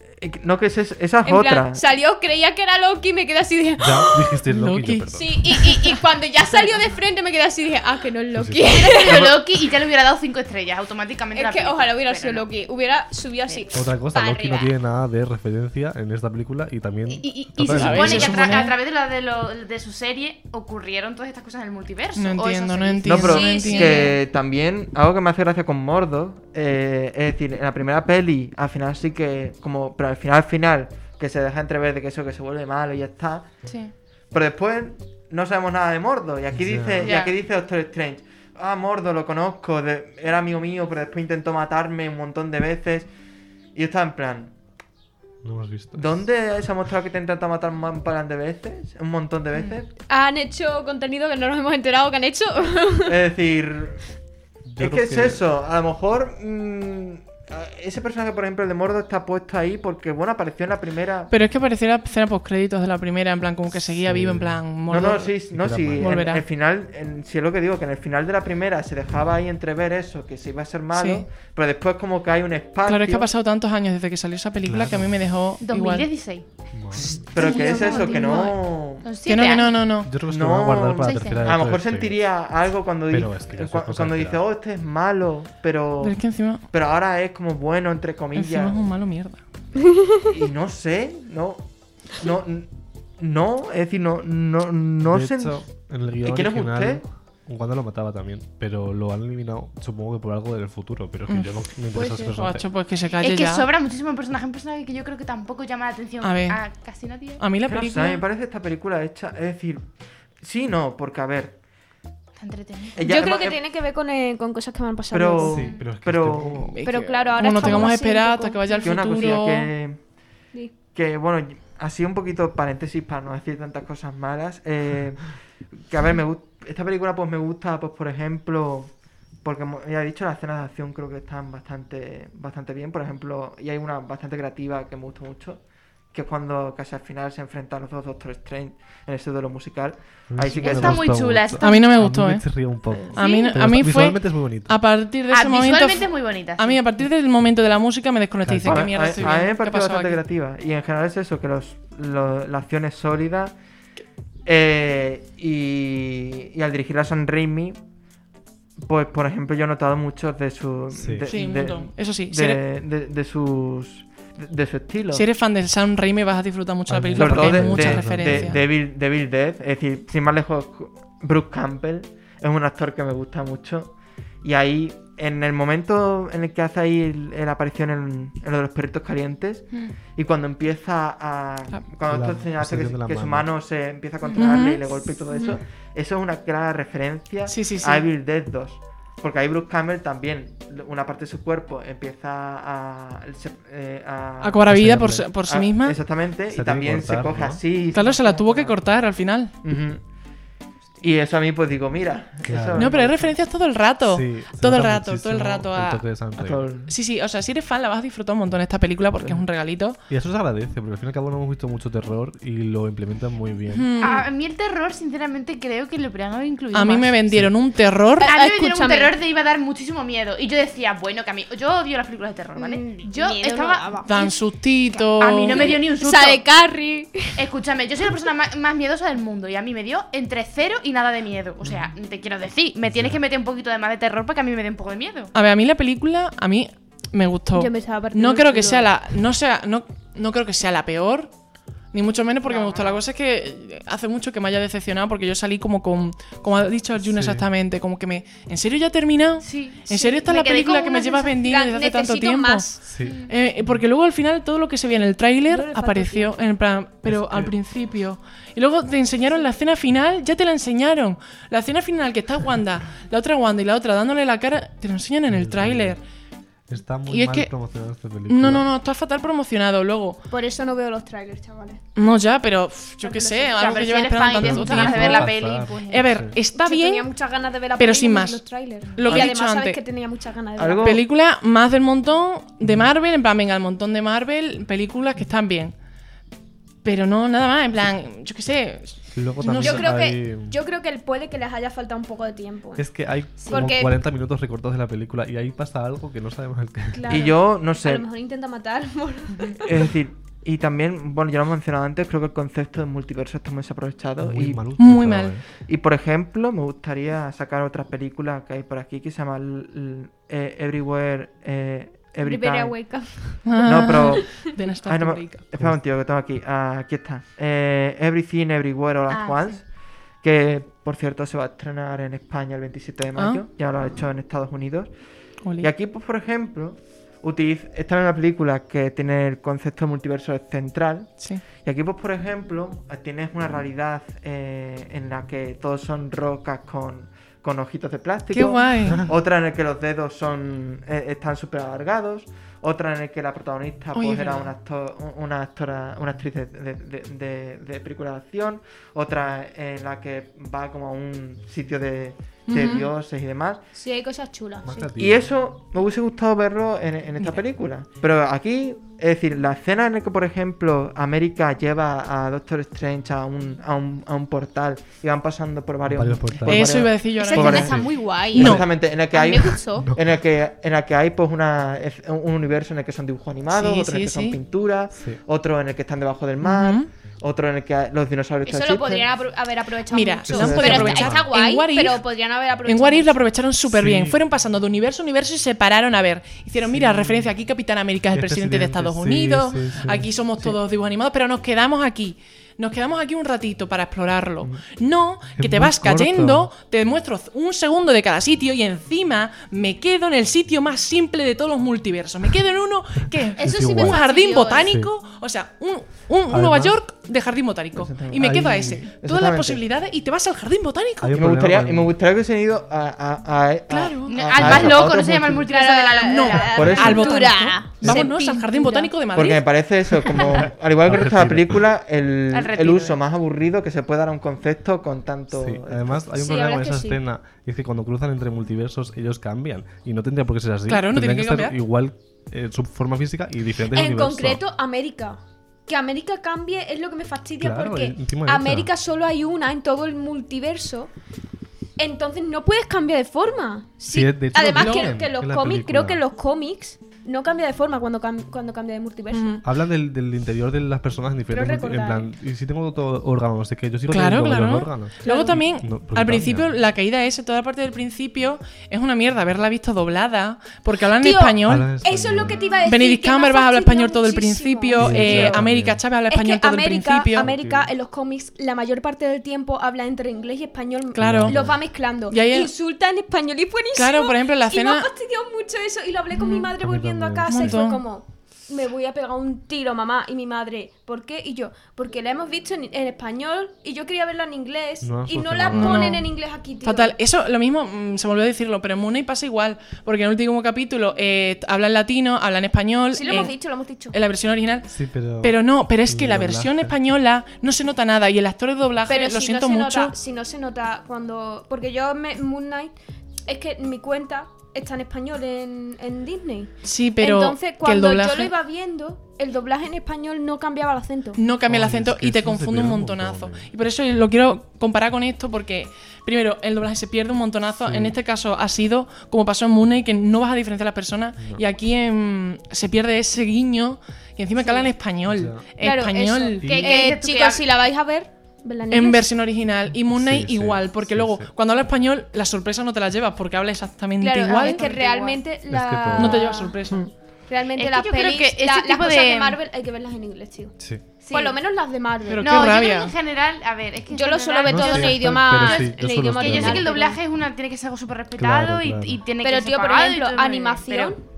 Speaker 2: No, que es es- esa es
Speaker 5: En
Speaker 2: otra.
Speaker 5: plan, salió, creía que era Loki y me quedé así de...
Speaker 3: Ya dijiste Loki,
Speaker 4: Loki.
Speaker 3: yo, perdón.
Speaker 5: Sí, y, y- y cuando ya salió de frente me quedé así dije, ah, que no es Loki.
Speaker 6: Hubiera sido Loki y ya le hubiera dado 5 estrellas automáticamente. la
Speaker 5: Es que
Speaker 6: película,
Speaker 5: ojalá hubiera
Speaker 6: pero
Speaker 5: sido
Speaker 6: no.
Speaker 5: Loki. Hubiera subido así.
Speaker 3: Otra cosa,
Speaker 5: pa'
Speaker 3: Loki no
Speaker 5: arriba.
Speaker 3: tiene nada de referencia en esta película y también.
Speaker 6: Y, y- y
Speaker 3: trata
Speaker 6: se
Speaker 3: de-
Speaker 4: ¿Sabes?
Speaker 6: supone que
Speaker 4: Se
Speaker 6: a, tra-
Speaker 4: supone-
Speaker 6: a través de, la de, lo- de su serie ocurrieron todas estas cosas en el multiverso.
Speaker 4: No
Speaker 6: o eso
Speaker 4: entiendo,
Speaker 6: se
Speaker 4: no
Speaker 6: dice.
Speaker 2: No,
Speaker 4: entiendo.
Speaker 2: pero
Speaker 4: no
Speaker 6: Sí, sí.
Speaker 4: entiendo.
Speaker 2: que también algo que me hace gracia con Mordo, eh, es decir, en la primera peli, al final sí que, como, pero al final, al final, que se deja entrever de que eso, que se vuelve malo y ya está.
Speaker 4: Sí.
Speaker 2: Pero después no sabemos nada de Mordo. Y aquí
Speaker 3: Ya.
Speaker 2: dice, y
Speaker 6: Ya.
Speaker 2: aquí dice Doctor Strange. Ah, Mordo, lo conozco, de- era amigo mío, pero después intentó matarme un montón de veces. Y yo estaba en plan,
Speaker 3: No hemos visto.
Speaker 2: ¿dónde se ha mostrado que te ha intentado matar un montón de veces? Un montón de veces.
Speaker 5: Han hecho contenido que no nos hemos enterado que han hecho.
Speaker 2: Es decir,
Speaker 3: Yo
Speaker 2: es que
Speaker 3: creo
Speaker 2: es eso. A lo mejor mm, a- ese personaje, por ejemplo, el de Mordo, está puesto ahí porque, bueno, apareció en la primera.
Speaker 4: Pero es que pareciera escena post créditos de la primera, en plan, como que seguía
Speaker 3: Sí.
Speaker 4: vivo, en plan,
Speaker 2: No,
Speaker 4: Mordor.
Speaker 2: no, sí, sí, no,
Speaker 3: Era
Speaker 2: sí.
Speaker 3: malo.
Speaker 2: En
Speaker 4: Volverá.
Speaker 2: el final, en- sí es lo que digo, que en el final de la primera se dejaba ahí entrever eso, que se iba a ser malo,
Speaker 4: Sí.
Speaker 2: pero después como que hay un espacio.
Speaker 4: Claro, es que ha pasado tantos años desde que salió esa película que a mí me dejó igual.
Speaker 6: 2016.
Speaker 2: Pero que es
Speaker 6: Tío,
Speaker 2: eso, que no.
Speaker 6: Son
Speaker 4: Que
Speaker 6: siete
Speaker 4: no, que no,
Speaker 6: años.
Speaker 4: no, no.
Speaker 3: Yo creo que se
Speaker 2: No,
Speaker 3: lo van a guardar para este.
Speaker 6: sí,
Speaker 3: la
Speaker 6: sí.
Speaker 3: tercera.
Speaker 2: A lo
Speaker 3: de
Speaker 2: mejor
Speaker 3: Doctor
Speaker 2: sentiría algo cuando dice,
Speaker 3: Pero es que ya son
Speaker 2: cua-
Speaker 3: cosas
Speaker 2: cuando
Speaker 3: que
Speaker 2: dice,
Speaker 3: dan.
Speaker 2: oh, este es malo, pero
Speaker 4: Pero es que encima,
Speaker 2: pero ahora es como bueno entre
Speaker 4: encima
Speaker 2: comillas
Speaker 4: es un malo mierda.
Speaker 2: y no sé, no, no, n- no, es decir, no, no, no
Speaker 3: de
Speaker 2: sé.
Speaker 3: hecho, en el guión
Speaker 2: quién es
Speaker 3: original,
Speaker 2: usted?
Speaker 3: Wanda lo mataba también, pero lo han eliminado, supongo que por algo del futuro, pero es que yo no me interesa ese personaje.
Speaker 4: Ocho, pues que se calle
Speaker 6: Es que
Speaker 4: ya.
Speaker 6: sobra muchísimo personaje, un personaje que yo creo que tampoco llama la atención
Speaker 4: A
Speaker 6: a,
Speaker 4: ver. Ah.
Speaker 6: casi nadie.
Speaker 4: A mí la
Speaker 2: Es que no sé, me
Speaker 4: película.
Speaker 2: parece esta película hecha, es decir, sí, no, porque a ver.
Speaker 6: Está entretenido.
Speaker 2: ella-
Speaker 5: Yo creo
Speaker 2: hemos-
Speaker 5: que
Speaker 2: eh,
Speaker 5: tiene que ver con, eh, con cosas que me han pasado.
Speaker 2: Pero,
Speaker 3: Sí, pero es que
Speaker 2: pero-
Speaker 3: este poco-
Speaker 4: Es
Speaker 5: Pero
Speaker 4: que,
Speaker 5: claro, ahora
Speaker 4: Bueno,
Speaker 5: estamos
Speaker 4: tengamos que
Speaker 5: así un
Speaker 4: esperar
Speaker 5: poco-
Speaker 4: hasta que vaya al
Speaker 2: que una cosilla
Speaker 4: futuro.
Speaker 2: que,
Speaker 5: Sí.
Speaker 2: que, bueno, así un poquito paréntesis para no decir tantas cosas malas. eh, que a ver, me gust- esta película pues me gusta, pues por ejemplo, porque como ya he dicho, las escenas de acción creo que están bastante, bastante bien, por ejemplo, y hay una bastante creativa que me gusta mucho. Que es cuando casi al final se enfrentan los dos Doctor Strange en ese duelo musical. Ahí sí que
Speaker 6: Está
Speaker 2: es-
Speaker 6: muy
Speaker 3: gustó
Speaker 6: chula,
Speaker 3: mucho.
Speaker 6: está-
Speaker 4: A mí no
Speaker 2: Ah,
Speaker 4: me gustó,
Speaker 3: a mí
Speaker 4: ¿eh?
Speaker 3: Me chirría un poco.
Speaker 2: este-
Speaker 4: A mí,
Speaker 3: Pero
Speaker 4: a mí
Speaker 3: está-
Speaker 4: fue.
Speaker 3: Visualmente es muy bonito.
Speaker 4: A partir de
Speaker 6: Ah,
Speaker 4: ese momento.
Speaker 6: visualmente es muy bonita.
Speaker 4: A mí, a partir del momento de la música, me desconecté y dice:
Speaker 3: Claro.
Speaker 4: ¿Qué
Speaker 2: a,
Speaker 4: mierda
Speaker 2: a-
Speaker 4: estoy
Speaker 2: a mí me
Speaker 4: viendo? ¿Qué
Speaker 2: pareció
Speaker 4: pasó
Speaker 2: bastante
Speaker 4: aquí?
Speaker 2: creativa. Y en general es eso, que los, lo- la acción es sólida. eh, y, y al dirigir a San Raimi, pues por ejemplo yo he notado muchos de sus...
Speaker 3: Sí.
Speaker 2: de-
Speaker 4: Sí, un
Speaker 2: de-
Speaker 4: montón. Eso sí, si eres,
Speaker 2: de, de- de sus... De, de su estilo.
Speaker 4: si eres fan del Sam Raimi, vas a disfrutar mucho la
Speaker 3: Al-
Speaker 4: película
Speaker 2: Sobre
Speaker 4: porque
Speaker 2: todo
Speaker 4: hay
Speaker 2: de,
Speaker 4: muchas
Speaker 2: de, de,
Speaker 4: referencias.
Speaker 2: Devil, Devil Death, es decir, sin más lejos, Bruce Campbell es un actor que me gusta mucho. Y ahí en el momento en el que hace ahí la aparición en, en lo de los perritos calientes
Speaker 4: Mm.
Speaker 2: y cuando empieza a... Cuando tú
Speaker 3: La
Speaker 2: enseñaste que,
Speaker 3: posición de la
Speaker 2: que su
Speaker 3: mano.
Speaker 2: mano se empieza a controlarle
Speaker 4: Ujú.
Speaker 2: y le golpea y todo eso, eso es una clara referencia
Speaker 4: Sí, sí, sí.
Speaker 2: a Evil Dead 2. Porque ahí Bruce Campbell también, una parte de su cuerpo empieza a... se- eh, a-
Speaker 4: A cobrar vida por,
Speaker 3: Ese
Speaker 4: sí- por sí
Speaker 2: a-
Speaker 4: misma.
Speaker 2: Ah, Exactamente,
Speaker 3: Se
Speaker 2: y
Speaker 3: tiene
Speaker 2: también
Speaker 3: que cortar,
Speaker 2: se coge
Speaker 3: ¿no?
Speaker 2: así.
Speaker 4: Claro, se la tuvo que
Speaker 2: cortar.
Speaker 4: cortar al final.
Speaker 2: Ujú. Y eso a mí, pues digo, mira.
Speaker 3: Claro.
Speaker 2: eso-
Speaker 4: No, pero hay referencias todo el rato.
Speaker 3: Sí, se
Speaker 4: todo el
Speaker 3: nota
Speaker 4: rato, todo el
Speaker 3: muchísimo
Speaker 4: rato a...
Speaker 3: el toque de Sam
Speaker 2: a
Speaker 3: Raimi.
Speaker 2: todo el-
Speaker 4: Sí, sí, o sea, si eres fan la vas a disfrutar un montón esta película porque es un regalito.
Speaker 3: Y eso se agradece, porque al fin y al cabo no hemos visto mucho terror y lo implementan muy bien.
Speaker 4: Mm.
Speaker 6: A mí el terror, sinceramente, creo que lo podrían haber incluido.
Speaker 4: A mí
Speaker 6: más.
Speaker 4: me vendieron un terror.
Speaker 6: A mí me vendieron un
Speaker 5: Escúchame.
Speaker 6: terror de iba a dar muchísimo miedo. Y yo decía, bueno, que a mí. Yo odio las películas de terror, ¿vale?
Speaker 5: Mm,
Speaker 6: yo
Speaker 5: miedo no
Speaker 6: estaba.
Speaker 5: daba.
Speaker 4: Tan sustito.
Speaker 6: a mí no me dio ni un susto.
Speaker 5: Esa de Carrie.
Speaker 6: Escúchame, yo soy la persona más, más miedosa del mundo y a mí me dio entre cero y nada de miedo. O sea, te quiero decir, me tienes que meter un poquito de más de terror para que a mí me dé un poco de miedo.
Speaker 4: A ver, a mí la película, a mí me gustó.
Speaker 5: Yo me estaba partiendo
Speaker 4: no
Speaker 5: el
Speaker 4: creo que
Speaker 5: culo.
Speaker 4: sea la. No sea. No, no creo que sea la peor. Ni mucho menos porque me gustó. La cosa es que hace mucho que me haya decepcionado porque yo salí como con. Como ha dicho Arjuna
Speaker 3: Sí.
Speaker 4: exactamente. Como que me. ¿En serio ya ha terminado?
Speaker 6: Sí,
Speaker 4: ¿En
Speaker 6: sí.
Speaker 4: serio esta es
Speaker 6: Me
Speaker 4: la
Speaker 6: quedé
Speaker 4: película
Speaker 6: con
Speaker 4: que me
Speaker 6: una
Speaker 4: llevas
Speaker 6: sensación-
Speaker 4: vendiendo desde hace tanto
Speaker 5: Necesito
Speaker 4: tiempo?
Speaker 5: más.
Speaker 3: Sí.
Speaker 4: Eh, eh, porque luego al final todo lo que se veía en el
Speaker 5: No
Speaker 4: tráiler
Speaker 5: le falta
Speaker 4: apareció en plan, pero al principio. Y luego te enseñaron la escena final, ya te la enseñaron. La escena final que está Wanda, la otra Wanda y la otra dándole la cara, te lo enseñan en el tráiler.
Speaker 3: Está muy
Speaker 4: Y es
Speaker 3: mal
Speaker 4: que-
Speaker 3: promocionada esta película.
Speaker 4: No, no, no, está fatal promocionado luego.
Speaker 5: Por eso no veo los trailers, chavales.
Speaker 4: No, ya, pero pff, yo qué sé,
Speaker 6: O sea,
Speaker 4: algo
Speaker 6: pero
Speaker 4: que
Speaker 6: si
Speaker 4: llevan
Speaker 6: eres
Speaker 4: esperando
Speaker 6: fan y te
Speaker 4: tanto
Speaker 6: gustan las de ver
Speaker 4: tiempo.
Speaker 6: la
Speaker 3: tiempo.
Speaker 6: peli, pues.
Speaker 4: A ver, está
Speaker 5: Yo tenía
Speaker 4: bien,
Speaker 5: muchas ganas de ver la
Speaker 4: pero
Speaker 5: peli
Speaker 4: sin
Speaker 5: y no vi
Speaker 4: más.
Speaker 5: Los trailers.
Speaker 4: Lo que
Speaker 5: y
Speaker 4: he
Speaker 5: además
Speaker 4: dicho
Speaker 5: sabes
Speaker 4: antes.
Speaker 5: que tenía muchas ganas de
Speaker 2: Algo-
Speaker 5: verla.
Speaker 4: Película más del montón de Marvel, en plan, venga, el montón de Marvel, películas que están bien. Pero no, nada más, en plan, yo qué sé.
Speaker 3: Luego
Speaker 4: No
Speaker 3: también
Speaker 4: sé.
Speaker 5: Yo creo que
Speaker 3: hay-
Speaker 5: yo creo que puede que les haya faltado un poco de tiempo.
Speaker 3: Es que hay como
Speaker 5: Porque-
Speaker 3: 40 minutos recortados de la película y ahí pasa algo que no sabemos el que.
Speaker 5: Claro.
Speaker 2: Y yo, no
Speaker 5: a
Speaker 2: sé.
Speaker 5: lo mejor intenta matar. por-
Speaker 2: Es decir, y también, bueno, ya lo he mencionado antes, creo que el concepto de multiverso está muy desaprovechado.
Speaker 3: Muy
Speaker 2: y,
Speaker 3: mal
Speaker 4: Muy
Speaker 3: utilizado,
Speaker 4: mal.
Speaker 3: ¿eh?
Speaker 2: y, por ejemplo, me gustaría sacar otra película que hay por aquí que se llama L- L- eh, Everywhere. eh, Every
Speaker 5: Libera
Speaker 2: Time.
Speaker 5: Wake Up.
Speaker 4: Ah.
Speaker 2: No, pero.
Speaker 4: De nuestra
Speaker 2: Ay, Ah, no me-
Speaker 4: pública.
Speaker 2: Espera un tío que tengo aquí. Ah, aquí está. Eh, Everything, Everywhere, All at
Speaker 6: Ah,
Speaker 2: Once. Que, por cierto, se va a estrenar en España el 27 de mayo. Ya lo ha hecho en Estados Unidos.
Speaker 4: Oli.
Speaker 2: Y aquí, pues, por ejemplo, utiliza, esta es una película que tiene el concepto de multiverso central.
Speaker 4: Sí.
Speaker 2: Y aquí, pues, por ejemplo, tienes una realidad eh, en la que todos son rocas con, con ojitos de plástico.
Speaker 4: Qué guay.
Speaker 2: Otra en la que los dedos son eh, están súper alargados. Otra en la que la protagonista
Speaker 4: Oye,
Speaker 2: pues,
Speaker 4: es
Speaker 2: era
Speaker 4: verdad.
Speaker 2: una, acto- una actora, una actriz de, de, de- de- de película de acción. Otra en la que va como a un sitio de, de
Speaker 4: Ujú.
Speaker 2: dioses y demás.
Speaker 5: Sí, hay cosas chulas.
Speaker 3: Más
Speaker 5: sí.
Speaker 3: creativo.
Speaker 2: Y eso me hubiese gustado verlo en, en esta película. Pero aquí, es decir, la escena en la que, por ejemplo, América lleva a Doctor Strange a un, a un, a un portal y van pasando por varios,
Speaker 3: Varios portales.
Speaker 2: por
Speaker 4: Eso
Speaker 2: varios-
Speaker 4: iba a decir yo
Speaker 5: Esa
Speaker 4: ahora.
Speaker 2: Pobre.
Speaker 5: escena
Speaker 4: mismo.
Speaker 5: está muy guay.
Speaker 4: No.
Speaker 2: Exactamente, en la que
Speaker 5: A mí
Speaker 2: hay
Speaker 5: me gustó.
Speaker 2: en la que en la que hay pues una es- un universo en el que son dibujos animados,
Speaker 4: Sí,
Speaker 2: otro en el que
Speaker 4: sí, sí.
Speaker 2: son pinturas,
Speaker 3: Sí.
Speaker 2: otro en el que están debajo del mar,
Speaker 4: Ujú.
Speaker 2: otro en el que los dinosaurios
Speaker 5: Eso
Speaker 2: existen.
Speaker 5: lo podrían apro- haber aprovechado
Speaker 4: Mira,
Speaker 5: mucho.
Speaker 3: lo han podido
Speaker 5: pero
Speaker 3: aprovechar.
Speaker 5: Está, está guay,
Speaker 4: En What If-
Speaker 5: pero podrían haber aprovechado
Speaker 4: En What If lo
Speaker 5: mucho.
Speaker 4: aprovecharon súper
Speaker 3: Sí.
Speaker 4: bien. Fueron pasando de universo a universo y se pararon a ver. Hicieron, mira, referencia aquí Capitán América es el
Speaker 3: Es
Speaker 4: presidente de
Speaker 3: presidente,
Speaker 4: Estados
Speaker 3: Este sí,
Speaker 4: Unidos.
Speaker 3: sí, sí.
Speaker 4: Aquí somos todos dibujos animados, pero nos quedamos aquí. Nos quedamos aquí un ratito para explorarlo. No,
Speaker 3: Mm. Es
Speaker 4: que te
Speaker 3: muy
Speaker 4: vas cayendo,
Speaker 3: corto.
Speaker 4: te muestro un segundo de cada sitio y encima me quedo en el sitio más simple de todos los multiversos. Me quedo en uno que es
Speaker 5: Eso
Speaker 3: Es
Speaker 5: sí me
Speaker 3: igual.
Speaker 4: un jardín
Speaker 5: fastidió, ¿eh?
Speaker 4: botánico, o sea, un, un Nueva York de jardín botánico.
Speaker 2: Exactamente.
Speaker 4: Y me quedo a
Speaker 3: Ahí-
Speaker 4: ese. Todas las
Speaker 2: exactamente.
Speaker 4: posibilidades y te vas al jardín botánico.
Speaker 3: Hay
Speaker 2: y
Speaker 3: un
Speaker 2: me gustaría
Speaker 3: problema
Speaker 2: y me
Speaker 3: con-
Speaker 2: gustaría que hubiesen ido a, a, a- a-
Speaker 4: Claro.
Speaker 2: a-
Speaker 6: No,
Speaker 2: a-
Speaker 6: Al más
Speaker 2: a- a
Speaker 6: loco, no
Speaker 2: otros
Speaker 6: se llama el
Speaker 2: multi-
Speaker 6: multiverso de la luna.
Speaker 4: No,
Speaker 2: Por eso.
Speaker 4: al
Speaker 5: Pintura.
Speaker 4: botánico. Vámonos
Speaker 5: Se
Speaker 4: al Jardín
Speaker 5: pintura.
Speaker 4: Botánico de Madrid.
Speaker 2: Porque me parece eso, como al igual que el resto
Speaker 3: Al
Speaker 2: de la
Speaker 3: retiro.
Speaker 2: película, el, el
Speaker 6: Al retiro,
Speaker 2: uso
Speaker 6: eh.
Speaker 2: más aburrido que se puede dar a un concepto con tanto. eh,
Speaker 3: Sí, además hay un
Speaker 5: Sí, la
Speaker 3: problema con
Speaker 5: verdad
Speaker 3: esa
Speaker 5: es que sí.
Speaker 3: escena y es que cuando cruzan entre multiversos ellos cambian y no tendría por qué ser así.
Speaker 4: Claro, no
Speaker 3: Tendrían
Speaker 4: tienen que
Speaker 3: ser
Speaker 4: cambiar.
Speaker 3: Igual eh, su forma física y diferentes
Speaker 5: En
Speaker 3: universos.
Speaker 5: concreto, América. Que América cambie es lo que me fastidia
Speaker 3: Claro,
Speaker 5: porque
Speaker 3: y encima de esa.
Speaker 5: América solo hay una en todo el multiverso. Entonces no puedes cambiar de forma.
Speaker 3: Sí, de hecho lo
Speaker 5: Además,
Speaker 3: dicen
Speaker 5: que, que los
Speaker 3: en la
Speaker 5: cómics,
Speaker 3: película.
Speaker 5: creo que los cómics No cambia de forma cuando, cam- cuando cambia de multiverso.
Speaker 4: Ujú.
Speaker 3: Hablan del, del interior de las personas en diferentes.
Speaker 5: Creo
Speaker 3: En
Speaker 5: recordar.
Speaker 3: plan, y si tengo otro órgano, no sé qué. Yo sigo
Speaker 4: Claro,
Speaker 3: teniendo
Speaker 4: claro.
Speaker 3: los órganos.
Speaker 4: Luego también,
Speaker 3: No, porque cambia.
Speaker 4: al principio, la caída esa, toda la parte del principio, es una mierda haberla visto doblada, porque hablan
Speaker 5: Tío,
Speaker 3: Hablan en
Speaker 4: español.
Speaker 5: Eso es lo que te iba a decir.
Speaker 4: Benedict
Speaker 5: que me ha
Speaker 4: Cumberbatch habla español
Speaker 5: fastidiado
Speaker 4: todo el
Speaker 5: muchísimo.
Speaker 4: principio,
Speaker 3: Sí,
Speaker 4: eh,
Speaker 3: claro.
Speaker 4: América Chávez habla
Speaker 5: Es
Speaker 4: español
Speaker 5: que
Speaker 4: todo el
Speaker 5: América,
Speaker 4: principio.
Speaker 5: América en los cómics la mayor parte del tiempo habla entre inglés y español.
Speaker 4: Claro.
Speaker 5: Los va mezclando.
Speaker 4: Y ahí el-
Speaker 5: Insulta en español y es buenísimo.
Speaker 4: Claro, por ejemplo, la
Speaker 5: Y me
Speaker 4: escena-
Speaker 5: ha fastidiado mucho eso. Y lo hablé con mi madre
Speaker 3: A mí
Speaker 5: volviendo a
Speaker 3: también.
Speaker 5: casa y fue
Speaker 4: Montón.
Speaker 5: como... Me voy a pegar un tiro, mamá. Y mi madre, ¿por qué? Y yo, porque la hemos visto en, en español y yo quería verla en inglés.
Speaker 3: No ha
Speaker 5: y no la
Speaker 3: funcionado.
Speaker 5: ponen
Speaker 4: No.
Speaker 5: en inglés aquí, tío.
Speaker 4: Fatal. Eso, lo mismo, mm, se me olvidó decirlo, pero en Moon Knight pasa igual, porque en el último capítulo eh, habla en latino, habla en español,
Speaker 5: Sí, lo
Speaker 4: en-
Speaker 5: hemos dicho, lo hemos dicho.
Speaker 4: en la versión original,
Speaker 3: Sí, pero.
Speaker 4: Pero no, pero es que
Speaker 3: El
Speaker 4: la
Speaker 3: doblaje.
Speaker 4: versión española no se nota nada y el actor de doblaje,
Speaker 5: Pero
Speaker 4: lo
Speaker 5: si
Speaker 4: siento
Speaker 5: no se
Speaker 4: mucho.
Speaker 5: Nota, si no se nota cuando. Porque yo, me, Moon Knight, es que mi cuenta está en español en, en Disney.
Speaker 4: sí, pero
Speaker 5: Entonces,
Speaker 4: que el
Speaker 5: cuando
Speaker 4: doblaje Mm,
Speaker 5: yo lo iba viendo, el doblaje en español no cambiaba el acento.
Speaker 4: no cambia el
Speaker 3: Ay, es
Speaker 4: acento
Speaker 3: que
Speaker 4: y te
Speaker 3: eso se
Speaker 4: confunde un
Speaker 3: pierde un
Speaker 4: montonazo.
Speaker 3: montón, eh.
Speaker 4: y por eso lo quiero comparar con esto porque, primero, el doblaje se pierde un montonazo. En este caso ha sido como pasó en Mooney, que no vas a diferenciar a las personas y aquí em, se pierde ese guiño y encima que habla en español.
Speaker 3: Ya.
Speaker 5: Claro,
Speaker 4: español.
Speaker 5: eso.
Speaker 3: ¿Qué-
Speaker 6: qué
Speaker 5: Eh,
Speaker 6: dices tú que
Speaker 5: chicos,
Speaker 6: hab-
Speaker 5: si la vais a ver, verla
Speaker 4: En
Speaker 5: inglés.
Speaker 4: versión original y Moon Knight
Speaker 3: Sí, sí,
Speaker 4: igual, porque
Speaker 3: sí,
Speaker 4: luego
Speaker 3: sí.
Speaker 4: cuando habla español la sorpresa no te la llevas porque habla exactamente
Speaker 5: Claro,
Speaker 4: igual.
Speaker 5: es que realmente la.
Speaker 3: todo-
Speaker 4: No te lleva sorpresa.
Speaker 3: Mm.
Speaker 5: Realmente
Speaker 6: Es que
Speaker 5: las
Speaker 6: yo creo
Speaker 5: pelis,
Speaker 6: que ese
Speaker 5: la- las
Speaker 6: tipo
Speaker 5: cosas
Speaker 6: de-
Speaker 5: de Marvel hay que verlas en inglés, tío.
Speaker 3: Sí.
Speaker 6: Sí.
Speaker 5: Por lo menos las de Marvel.
Speaker 4: Pero
Speaker 6: No,
Speaker 4: qué
Speaker 6: yo creo que
Speaker 4: rabia.
Speaker 6: en general, a ver, es que en
Speaker 5: yo lo suelo
Speaker 6: general-
Speaker 5: ver
Speaker 3: No,
Speaker 5: todo
Speaker 3: sí,
Speaker 5: en
Speaker 3: está-
Speaker 5: el idioma.
Speaker 3: pero sí, yo
Speaker 5: en el
Speaker 3: solo
Speaker 5: idioma
Speaker 3: estoy
Speaker 6: Que yo sé
Speaker 5: original,
Speaker 6: que el
Speaker 5: pero-
Speaker 6: doblaje es una, tiene que ser algo súper respetado
Speaker 3: Claro,
Speaker 6: y-
Speaker 3: claro.
Speaker 6: Y, tiene que
Speaker 5: Pero
Speaker 6: ser
Speaker 5: tío, por
Speaker 6: pagado y
Speaker 5: ejemplo,
Speaker 6: todo, eh,
Speaker 5: animación.
Speaker 6: pero-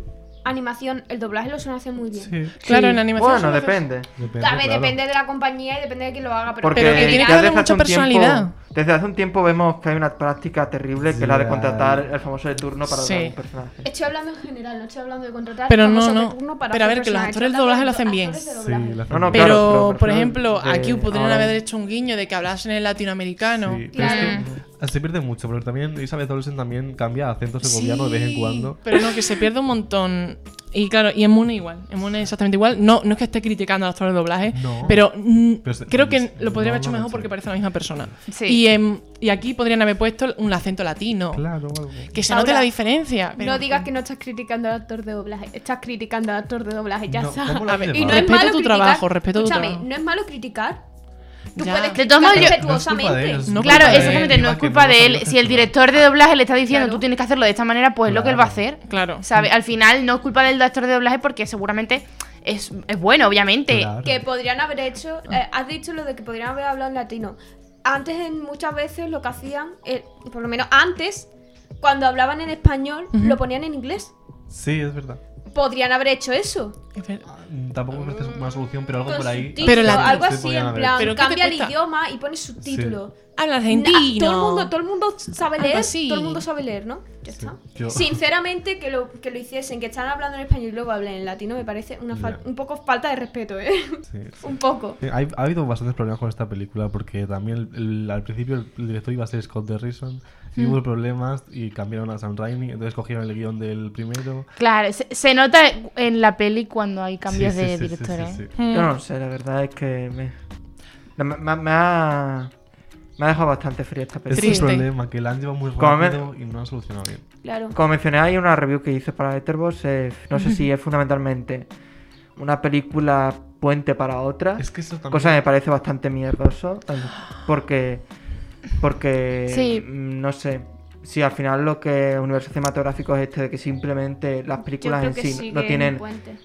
Speaker 5: Animación, el doblaje lo suelen hacer muy bien.
Speaker 3: Sí.
Speaker 4: Claro,
Speaker 2: Sí.
Speaker 4: en animación
Speaker 2: Bueno,
Speaker 4: solo se-
Speaker 2: depende.
Speaker 3: Depende,
Speaker 5: A ver,
Speaker 3: claro.
Speaker 5: depende de la compañía y depende de quién lo haga, pero
Speaker 2: Porque
Speaker 4: Pero que tiene
Speaker 2: ya
Speaker 4: que haber
Speaker 2: desde hace
Speaker 4: mucha
Speaker 2: un tiempo-
Speaker 4: personalidad.
Speaker 2: desde hace un tiempo vemos que hay una práctica terrible que es la de
Speaker 3: Ya.
Speaker 2: contratar el famoso de turno para
Speaker 4: Sí.
Speaker 2: algún personaje.
Speaker 5: Estoy hablando en general, no estoy hablando de contratar.
Speaker 4: Pero
Speaker 5: famosos
Speaker 4: no,
Speaker 5: de
Speaker 4: no.
Speaker 5: turno para
Speaker 4: Pero a
Speaker 5: hacer
Speaker 4: ver, que los
Speaker 5: personajes.
Speaker 4: actores
Speaker 5: Estoy
Speaker 4: de doblaje lo
Speaker 5: hablando de
Speaker 4: hacen
Speaker 5: actores
Speaker 3: Sí,
Speaker 5: de
Speaker 3: la
Speaker 5: doblaje.
Speaker 2: No, no,
Speaker 3: familia.
Speaker 4: Pero,
Speaker 2: claro, pero
Speaker 4: por
Speaker 2: personal
Speaker 4: ejemplo,
Speaker 2: de-
Speaker 4: aquí podrían
Speaker 2: ahora-
Speaker 4: haber hecho un guiño de que hablasen en latinoamericano.
Speaker 3: Sí, pero es
Speaker 5: Claro.
Speaker 3: que ah, se pierde mucho, pero también Isabel Olsen también cambia acento segoviano de vez en
Speaker 4: Sí,
Speaker 3: cuando.
Speaker 4: Pero no, que se pierde un montón. Y claro, y en Moon igual. En Moon exactamente igual. No, no es que esté criticando al actor de doblaje,
Speaker 3: No.
Speaker 4: pero, mm,
Speaker 3: Pero se-
Speaker 4: creo que
Speaker 3: se-
Speaker 4: lo podría haber
Speaker 3: no,
Speaker 4: hecho
Speaker 3: no,
Speaker 4: mejor
Speaker 3: sí.
Speaker 4: porque parece la misma persona.
Speaker 6: Sí.
Speaker 4: Y, em, y aquí podrían haber puesto un acento latino.
Speaker 3: Claro, algo.
Speaker 4: Que se
Speaker 5: Paula,
Speaker 4: note la diferencia. pero-
Speaker 5: No digas que no estás criticando al actor de doblaje, estás criticando al actor de doblaje, ya
Speaker 3: No,
Speaker 5: sabes.
Speaker 3: ¿cómo lo
Speaker 4: A ver,
Speaker 3: hace
Speaker 5: Y no
Speaker 3: mal?
Speaker 5: es
Speaker 4: Respeto
Speaker 5: malo
Speaker 4: tu
Speaker 5: criticar.
Speaker 4: trabajo, respeto tu
Speaker 5: Escúchame,
Speaker 4: trabajo.
Speaker 5: no es malo criticar. Tú
Speaker 4: Ya.
Speaker 5: puedes
Speaker 4: De
Speaker 6: todos
Speaker 5: criticar
Speaker 6: modos, yo-
Speaker 3: No es culpa de
Speaker 5: respetuosamente.
Speaker 3: ellos.
Speaker 4: No
Speaker 6: claro,
Speaker 4: culpa de él.
Speaker 6: exactamente, no es
Speaker 3: Igual que
Speaker 6: culpa
Speaker 3: no
Speaker 6: de
Speaker 3: son
Speaker 6: él.
Speaker 3: los
Speaker 6: Si el
Speaker 3: actores.
Speaker 6: director de doblaje le está diciendo,
Speaker 5: Claro.
Speaker 6: tú tienes que hacerlo de esta manera, pues es lo que él va a hacer.
Speaker 4: Claro.
Speaker 6: ¿Sabe? Al final no es culpa del actor de doblaje porque seguramente es, es bueno, obviamente.
Speaker 3: Claro. Ah.
Speaker 5: Que podrían haber hecho, eh, has dicho lo de que podrían haber hablado en latino. Antes en muchas veces lo que hacían, eh, por lo menos antes, cuando hablaban en español, lo ponían en inglés.
Speaker 3: Sí, es verdad.
Speaker 5: Podrían haber hecho eso.
Speaker 4: Es ver-
Speaker 3: Mm, Tampoco me parece una solución, pero algo
Speaker 5: Con
Speaker 3: por ahí.
Speaker 5: subtítulos,
Speaker 4: Pero la-
Speaker 5: algo
Speaker 3: Sí,
Speaker 5: así,
Speaker 3: podrían
Speaker 5: en
Speaker 3: haber
Speaker 5: plan,
Speaker 4: ¿Pero qué te
Speaker 5: cambia el
Speaker 4: cuesta?
Speaker 5: idioma y pones subtítulos.
Speaker 4: Habla
Speaker 5: Na-
Speaker 4: argentino.
Speaker 5: Todo el mundo, todo el mundo sabe
Speaker 4: Algo
Speaker 5: leer,
Speaker 4: así.
Speaker 5: todo el mundo sabe leer, ¿no? Ya
Speaker 3: Sí,
Speaker 5: está.
Speaker 3: yo-
Speaker 5: Sinceramente, que lo, que lo hiciesen, que están hablando en español y luego hablen en latino, me parece una fal-
Speaker 3: Ya.
Speaker 5: un poco falta de respeto, ¿eh?
Speaker 3: Sí, sí.
Speaker 5: un poco.
Speaker 3: Eh, hay- ha habido bastantes problemas con esta película porque también el- el- al principio el, el director iba a ser Scott Derrison y
Speaker 6: Hmm.
Speaker 3: hubo problemas y cambiaron a Sam Raimi, entonces cogieron el guión del primero.
Speaker 6: Claro, se, se nota en la peli cuando hay cambios
Speaker 3: Sí, sí,
Speaker 6: de
Speaker 3: sí, sí,
Speaker 6: director.
Speaker 3: sí,
Speaker 6: ¿eh?
Speaker 3: sí.
Speaker 4: Mm.
Speaker 2: Yo no sé, la verdad es que me, no, me, me- me ha, me ha dejado bastante frío esta
Speaker 3: Ese
Speaker 2: película.
Speaker 3: Es
Speaker 4: Triste.
Speaker 3: el problema, que la han llevado muy
Speaker 2: Como me-
Speaker 3: rápido y no han solucionado bien.
Speaker 5: Claro.
Speaker 2: Como mencioné, hay una review que hice para Letterboxd. eh, no sé si es fundamentalmente una película puente para otra.
Speaker 3: Es que eso también...
Speaker 2: Cosa que me parece bastante mierdoso. eh, Porque. Porque.
Speaker 6: Sí.
Speaker 2: mm, No sé. Si al final lo que el universo cinematográfico es este de que simplemente las películas en sí, no tienen.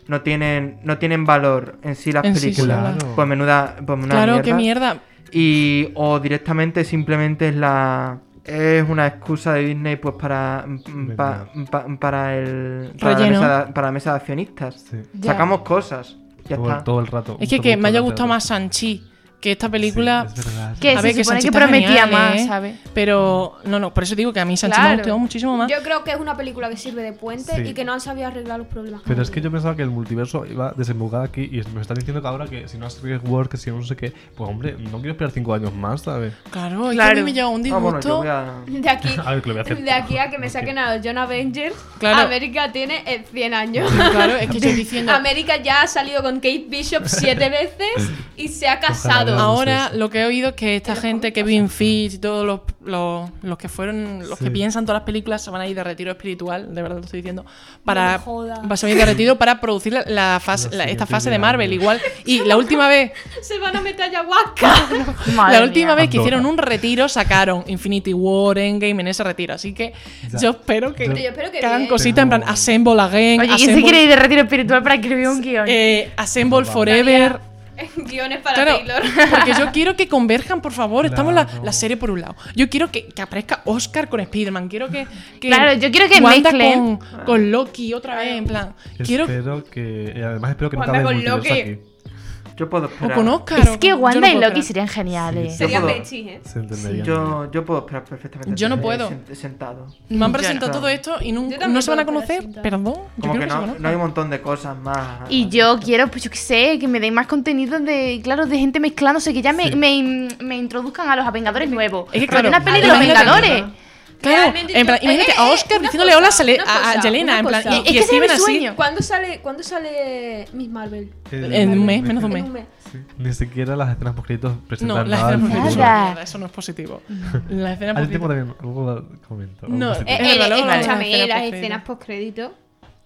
Speaker 2: No tienen, no tienen valor en sí las
Speaker 4: En sí
Speaker 2: películas.
Speaker 3: sola.
Speaker 2: Pues menuda. Pues menuda
Speaker 4: Claro, qué mierda.
Speaker 2: Y. O directamente simplemente es la. Es una excusa de Disney pues para. mm, pa- pa- para el. Para la,
Speaker 4: Relleno.
Speaker 2: mesa de, para la mesa de accionistas.
Speaker 3: Sí.
Speaker 4: Ya.
Speaker 2: Sacamos cosas. Ya
Speaker 3: todo,
Speaker 2: está.
Speaker 3: todo el rato.
Speaker 4: Es que,
Speaker 3: mucho,
Speaker 4: que
Speaker 3: mucho
Speaker 4: me haya
Speaker 3: rato.
Speaker 4: gustado más Sanchi que esta película.
Speaker 3: Sí, es verdad.
Speaker 6: Que
Speaker 4: A
Speaker 6: se
Speaker 4: ver, que Sanchi
Speaker 6: supone que
Speaker 4: está
Speaker 6: prometía
Speaker 4: genial,
Speaker 6: más,
Speaker 4: ¿eh?
Speaker 6: ¿sabes?
Speaker 4: Pero no, no, por eso digo que a mí Sanchi me ha
Speaker 6: Claro.
Speaker 4: gustado muchísimo más.
Speaker 5: Yo creo que es una película que sirve de puente
Speaker 3: Sí.
Speaker 5: y que no han sabido arreglar los problemas.
Speaker 3: Pero
Speaker 5: han
Speaker 3: es que yo
Speaker 5: tenido.
Speaker 3: pensaba que el multiverso iba a desembocar aquí y me están diciendo que ahora que si no has Word, que si no sé qué, pues hombre, no quiero esperar 5 años más, ¿sabes?
Speaker 4: Claro, es que a
Speaker 6: Claro.
Speaker 4: mí me lleva un
Speaker 2: Ah, bueno, yo
Speaker 4: disgusto.
Speaker 2: voy a-
Speaker 5: De aquí,
Speaker 3: A ver, que lo voy a hacer.
Speaker 5: de aquí a que me
Speaker 3: Ok.
Speaker 5: saquen a los John Avengers,
Speaker 4: Claro.
Speaker 5: América tiene eh, 100 años.
Speaker 4: Claro, es que yo diciendo.
Speaker 5: América ya ha salido con Kate Bishop siete veces y se ha
Speaker 3: Ojalá
Speaker 6: Exacto.
Speaker 3: no sé
Speaker 4: Ahora
Speaker 3: eso.
Speaker 4: lo que he oído es que esta gente, Kevin Feige y todos los, los- los que fueron, los
Speaker 3: Sí.
Speaker 4: que piensan todas las películas, se van a ir de retiro espiritual, de verdad lo estoy diciendo,
Speaker 5: me
Speaker 4: para
Speaker 5: jodas.
Speaker 4: va- se van a ir de retiro para producir la, la fase,
Speaker 3: Los
Speaker 4: la- esta
Speaker 3: siguientes
Speaker 4: fase de
Speaker 3: mil
Speaker 4: Marvel
Speaker 3: años.
Speaker 4: igual. Y la última vez,
Speaker 5: Se van a meter ayahuasca.
Speaker 4: la última vez que
Speaker 3: Andorra.
Speaker 4: hicieron un retiro sacaron Infinity War, Endgame en ese retiro, así que
Speaker 3: Ya.
Speaker 4: yo espero que,
Speaker 3: Yo-
Speaker 5: Yo espero que
Speaker 4: que hagan
Speaker 5: bien.
Speaker 4: cositas en plan
Speaker 3: Pero-
Speaker 4: Assemble Again,
Speaker 6: Oye, ¿quién se
Speaker 4: Assemble,
Speaker 6: quiere ir de retiro espiritual para escribir un guión?
Speaker 4: eh, Assemble
Speaker 3: Vamos.
Speaker 4: Forever.
Speaker 5: Guiones para
Speaker 4: Claro,
Speaker 5: Taylor.
Speaker 4: porque yo quiero que converjan, por favor. Estamos la,
Speaker 3: Claro.
Speaker 4: la serie por un lado. Yo quiero que, que aparezca Oscar con Spider-Man. Quiero que, que
Speaker 6: Claro, yo quiero que
Speaker 4: Wanda
Speaker 6: mezclen.
Speaker 4: Con, con Loki otra vez, en plan. Quiero
Speaker 3: Espero que. y Además, espero que no
Speaker 5: Juanma,
Speaker 3: acabe el
Speaker 5: con
Speaker 3: multiverso
Speaker 5: Loki.
Speaker 3: aquí.
Speaker 2: Yo puedo
Speaker 4: o
Speaker 2: esperar.
Speaker 4: con Oscar.
Speaker 6: Es
Speaker 4: o
Speaker 6: que
Speaker 4: con- yo
Speaker 6: Wanda
Speaker 4: no
Speaker 6: y
Speaker 4: puedo
Speaker 6: Loki
Speaker 4: esperar.
Speaker 6: serían geniales.
Speaker 3: Sí, sí.
Speaker 5: Serían
Speaker 2: puedo-
Speaker 5: bechis, ¿eh?
Speaker 3: Se entendería.
Speaker 2: Yo, yo puedo esperar perfectamente.
Speaker 4: Yo no
Speaker 2: eh,
Speaker 4: puedo.
Speaker 2: sen- Sentado.
Speaker 4: Me han
Speaker 6: Yo
Speaker 4: presentado
Speaker 2: no.
Speaker 4: todo esto y nun-
Speaker 5: Yo
Speaker 4: no,
Speaker 5: también
Speaker 4: se van a
Speaker 5: puedo esperar
Speaker 4: conocer.
Speaker 5: sin
Speaker 4: Perdón. Yo
Speaker 2: Como
Speaker 4: quiero
Speaker 2: que
Speaker 4: que, se
Speaker 2: no,
Speaker 4: conozcan.
Speaker 2: no hay un montón de cosas más.
Speaker 3: Ah,
Speaker 6: Y yo quiero, pues yo qué sé, que me den más contenido de, claro, de gente mezclándose, que ya me,
Speaker 3: Sí.
Speaker 6: me, me introduzcan a los Vengadores nuevos.
Speaker 4: Es que,
Speaker 6: Porque
Speaker 4: claro,
Speaker 6: una peli de los
Speaker 4: imagínate-
Speaker 6: Vengadores.
Speaker 4: Claro,
Speaker 5: Realmente
Speaker 4: en plan,
Speaker 5: yo-
Speaker 4: imagínate
Speaker 5: eh,
Speaker 4: a
Speaker 5: eh,
Speaker 4: Oscar
Speaker 5: una
Speaker 4: diciéndole
Speaker 5: cosa,
Speaker 4: hola a, Sele-
Speaker 5: una
Speaker 4: a- a
Speaker 5: cosa,
Speaker 4: Yelena,
Speaker 5: una
Speaker 4: en plan.
Speaker 5: cosa.
Speaker 4: Y,
Speaker 6: Es
Speaker 4: y
Speaker 6: que ese
Speaker 4: Steven
Speaker 6: es mi
Speaker 4: así.
Speaker 6: sueño.
Speaker 5: ¿Cuándo sale, ¿Cuándo sale Miss Marvel?
Speaker 4: En un mes, menos de un mes.
Speaker 5: En un mes.
Speaker 3: Eh, Sí, Ni siquiera las escenas poscritos presentan
Speaker 4: No, la
Speaker 3: nada
Speaker 4: escena
Speaker 3: del
Speaker 4: por
Speaker 6: poscritos.
Speaker 3: futuro.
Speaker 6: Nada.
Speaker 4: Eso no es positivo. La escena
Speaker 3: Al tiempo
Speaker 4: por
Speaker 3: también, luego comento. algo
Speaker 4: No,
Speaker 3: positivo.
Speaker 5: Eh,
Speaker 4: Es verdad,
Speaker 5: eh,
Speaker 4: luego hablamos de las
Speaker 5: escúchame,
Speaker 4: escenas
Speaker 5: las
Speaker 4: post-crédito.
Speaker 5: escenas post-crédito.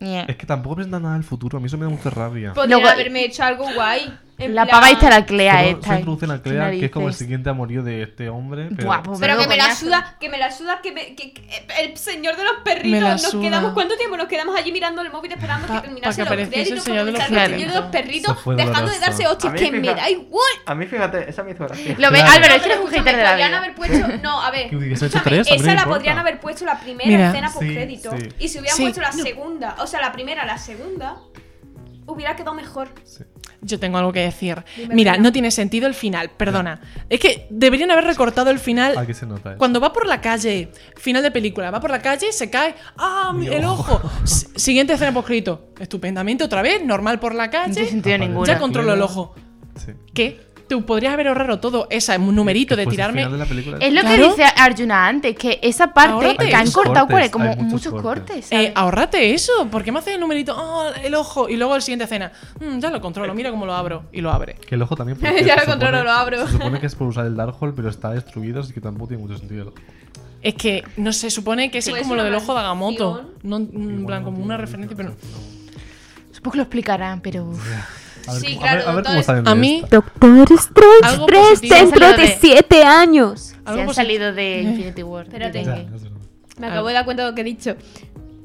Speaker 4: eh.
Speaker 3: Es que tampoco presentan nada del futuro, a mí eso me da mucha rabia.
Speaker 4: Pues,
Speaker 5: Podrían
Speaker 6: Luego-
Speaker 5: haberme hecho algo guay. en
Speaker 6: La
Speaker 5: plan-
Speaker 6: pava está la clea
Speaker 3: Solo
Speaker 6: esta.
Speaker 3: se introducen a Clea, que es como el
Speaker 6: narices.
Speaker 3: siguiente amorío de este hombre. Pero
Speaker 6: Guapo,
Speaker 4: pues,
Speaker 5: Pero que me la
Speaker 6: Coñazo.
Speaker 5: suda, que me la suda, que, me, que, que- el señor de los
Speaker 4: Me
Speaker 5: perritos.
Speaker 4: la
Speaker 5: Nos
Speaker 4: suda.
Speaker 5: quedamos, ¿cuánto tiempo nos quedamos allí mirando el móvil esperando
Speaker 4: Pa-
Speaker 5: que terminase
Speaker 4: pa' que
Speaker 5: los
Speaker 4: apareciese el
Speaker 5: créditos?
Speaker 4: señor
Speaker 5: para
Speaker 4: de los
Speaker 5: comenzar el señor
Speaker 6: perritos.
Speaker 5: de los
Speaker 3: Eso fue
Speaker 5: perritos, dejando de
Speaker 3: doloroso.
Speaker 5: darse hostias
Speaker 2: A mí,
Speaker 5: que me
Speaker 2: fíjate.
Speaker 5: da igual.
Speaker 2: A mí, fíjate, esa me hizo gracia.
Speaker 6: Lo ve,
Speaker 3: Claro.
Speaker 6: Álvaro,
Speaker 5: No,
Speaker 6: es que eres un
Speaker 5: escúchame,
Speaker 6: hater de la
Speaker 5: podrían
Speaker 6: vida.
Speaker 5: haber puesto. No, a ver.
Speaker 3: Que hubiesen hecho
Speaker 5: escúchame,
Speaker 3: tres, a mí no
Speaker 5: esa
Speaker 3: me
Speaker 5: la
Speaker 3: importa.
Speaker 5: podrían haber puesto la primera
Speaker 4: Mira.
Speaker 5: escena
Speaker 3: Sí,
Speaker 5: post crédito.
Speaker 3: sí.
Speaker 5: Y si hubieran
Speaker 4: Sí.
Speaker 5: puesto la segunda, o sea, la primera, la segunda, hubiera quedado mejor.
Speaker 3: Sí.
Speaker 4: Yo tengo algo que decir.
Speaker 5: Dime,
Speaker 4: Mira,
Speaker 5: Elena.
Speaker 4: no tiene sentido el final, perdona. Es que deberían haber recortado el
Speaker 3: Ah, que
Speaker 4: final.
Speaker 3: se nota eso.
Speaker 4: Cuando va por la calle, final de película, va por la calle, se cae. ¡Ah, mi-
Speaker 3: Mi
Speaker 4: el
Speaker 3: ojo.
Speaker 4: ojo! S- Siguiente escena poscrito. Estupendamente, otra vez, normal por la
Speaker 6: No tiene
Speaker 4: calle.
Speaker 6: sentido
Speaker 3: Aparece.
Speaker 6: ninguno.
Speaker 4: Ya controlo el ojo.
Speaker 3: Sí.
Speaker 4: ¿Qué? Tú podrías haber ahorrado todo ese numerito
Speaker 3: Que
Speaker 4: de
Speaker 3: fuese el final
Speaker 4: tirarme.
Speaker 3: de la película.
Speaker 6: Es lo
Speaker 4: Claro.
Speaker 6: que dice Arjuna antes, que esa
Speaker 4: Ahora
Speaker 6: parte
Speaker 4: te-
Speaker 6: que han
Speaker 4: Hay
Speaker 6: cortado,
Speaker 3: cortes,
Speaker 6: ¿cuál es? como
Speaker 3: hay muchos
Speaker 6: muchos
Speaker 3: cortes.
Speaker 6: cortes. ¿sabes?
Speaker 4: Eh, ahorrate eso. ¿Por qué me haces el numerito? Ah, el ojo. Y luego la siguiente escena. "Mm, ya lo controlo,
Speaker 3: Eh.
Speaker 4: mira cómo lo abro. Y lo abre.
Speaker 3: Que el ojo también.
Speaker 5: Ya
Speaker 3: porque
Speaker 5: lo
Speaker 3: se
Speaker 5: controlo, lo abro.
Speaker 3: Se supone que es por usar el Darkhold, pero está destruido, así que tampoco tiene mucho sentido.
Speaker 4: Es que, no se supone que eso
Speaker 5: Pues
Speaker 4: es como
Speaker 5: una
Speaker 4: lo del ojo de Agamotto.
Speaker 5: maldición.
Speaker 4: No, Mm, en
Speaker 3: Igual
Speaker 4: plan,
Speaker 3: no
Speaker 4: como
Speaker 3: tiene
Speaker 4: una
Speaker 3: mucho
Speaker 4: referencia, pero no.
Speaker 3: sentido.
Speaker 6: Supongo que lo explicarán, pero...
Speaker 3: A ver,
Speaker 5: Sí,
Speaker 3: cómo- a
Speaker 5: claro,
Speaker 3: ver- a ver cómo
Speaker 5: entonces-
Speaker 3: salen de
Speaker 4: A mí,
Speaker 3: esta.
Speaker 7: Doctor Strange
Speaker 4: Algo
Speaker 7: 3
Speaker 4: positivo.
Speaker 7: dentro de
Speaker 6: Salude.
Speaker 7: 7 años.
Speaker 6: Se han
Speaker 4: posi-
Speaker 6: salido
Speaker 4: Eh.
Speaker 6: de Infinity War.
Speaker 5: Espérate.
Speaker 3: Ya,
Speaker 6: Endgame.
Speaker 3: ya se nota.
Speaker 5: Me acabo de dar cuenta de lo que he dicho.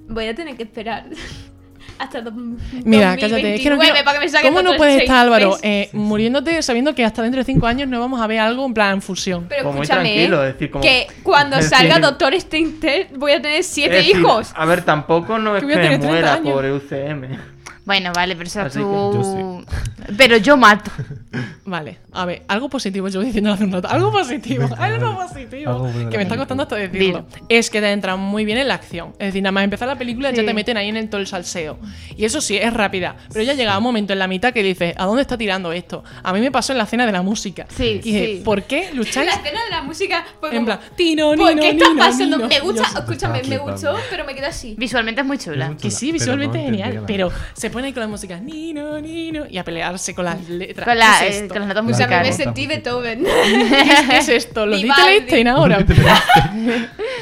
Speaker 5: Voy a tener que esperar hasta dos-
Speaker 4: Mira,
Speaker 5: 2029
Speaker 4: cállate. Es que no quiero-
Speaker 5: para que me saquen
Speaker 4: ¿Cómo no
Speaker 5: otro
Speaker 4: puedes estar,
Speaker 5: Strange
Speaker 4: Álvaro,
Speaker 5: Face?
Speaker 4: eh, muriéndote sabiendo que hasta dentro de cinco años no vamos a ver algo en plan fusión?
Speaker 5: Pero
Speaker 2: Pues muy
Speaker 5: escúchame,
Speaker 2: tranquilo,
Speaker 5: ¿eh?
Speaker 2: es decir, como-
Speaker 5: que cuando
Speaker 2: es
Speaker 5: salga
Speaker 2: decir-
Speaker 5: Doctor Strange tres, voy a tener
Speaker 2: Es
Speaker 5: siete
Speaker 2: decir,
Speaker 5: hijos.
Speaker 2: A ver, tampoco no es
Speaker 4: Que
Speaker 2: que,
Speaker 4: voy a
Speaker 2: me
Speaker 4: tener 30
Speaker 2: muera
Speaker 4: años.
Speaker 2: por UCM.
Speaker 6: Bueno, vale, pero eso
Speaker 2: Así que
Speaker 6: tú...
Speaker 3: yo
Speaker 6: Pero yo mato.
Speaker 4: Vale, a ver, algo positivo, yo diciendo hace un rato, algo positivo,
Speaker 3: Venga,
Speaker 4: algo
Speaker 3: vale.
Speaker 4: positivo,
Speaker 3: Algo bueno de la
Speaker 4: que me está
Speaker 3: película.
Speaker 4: costando hasta decirlo, es que te entran muy bien en la acción. Es decir, nada más empezar la película ya
Speaker 6: Sí.
Speaker 4: te meten ahí en el, todo el salseo. Y eso sí, es rápida, pero ya llega un momento en la mitad que dices, ¿a dónde está tirando esto? A mí me pasó en la escena de la música.
Speaker 6: Sí,
Speaker 4: y dije,
Speaker 6: sí.
Speaker 4: ¿por qué lucháis?
Speaker 5: La escena de la música fue
Speaker 4: en
Speaker 5: como,
Speaker 4: plan, tino,
Speaker 5: ¿Por
Speaker 4: nino,
Speaker 5: qué está
Speaker 4: nino,
Speaker 5: pasando?
Speaker 4: nino".
Speaker 5: Me gusta,
Speaker 4: Yo-
Speaker 5: escúchame, me
Speaker 3: flipando.
Speaker 5: gustó, pero me quedo así.
Speaker 6: Visualmente es muy chula.
Speaker 3: Es muy
Speaker 4: Que sí,
Speaker 3: Pero
Speaker 4: visualmente
Speaker 3: no
Speaker 4: es genial,
Speaker 3: entendía
Speaker 4: pero se pone ahí con la música nino, nino y a pelearse con las letras.
Speaker 6: Con, la-
Speaker 4: ¿Qué
Speaker 6: eh,
Speaker 4: es esto?
Speaker 6: con las notas
Speaker 5: O sea, me, me
Speaker 6: musicales.
Speaker 3: se-
Speaker 5: sentí Beethoven.
Speaker 4: ¿Qué es esto? Los
Speaker 5: Vivaldi.
Speaker 4: Little Einstein ahora.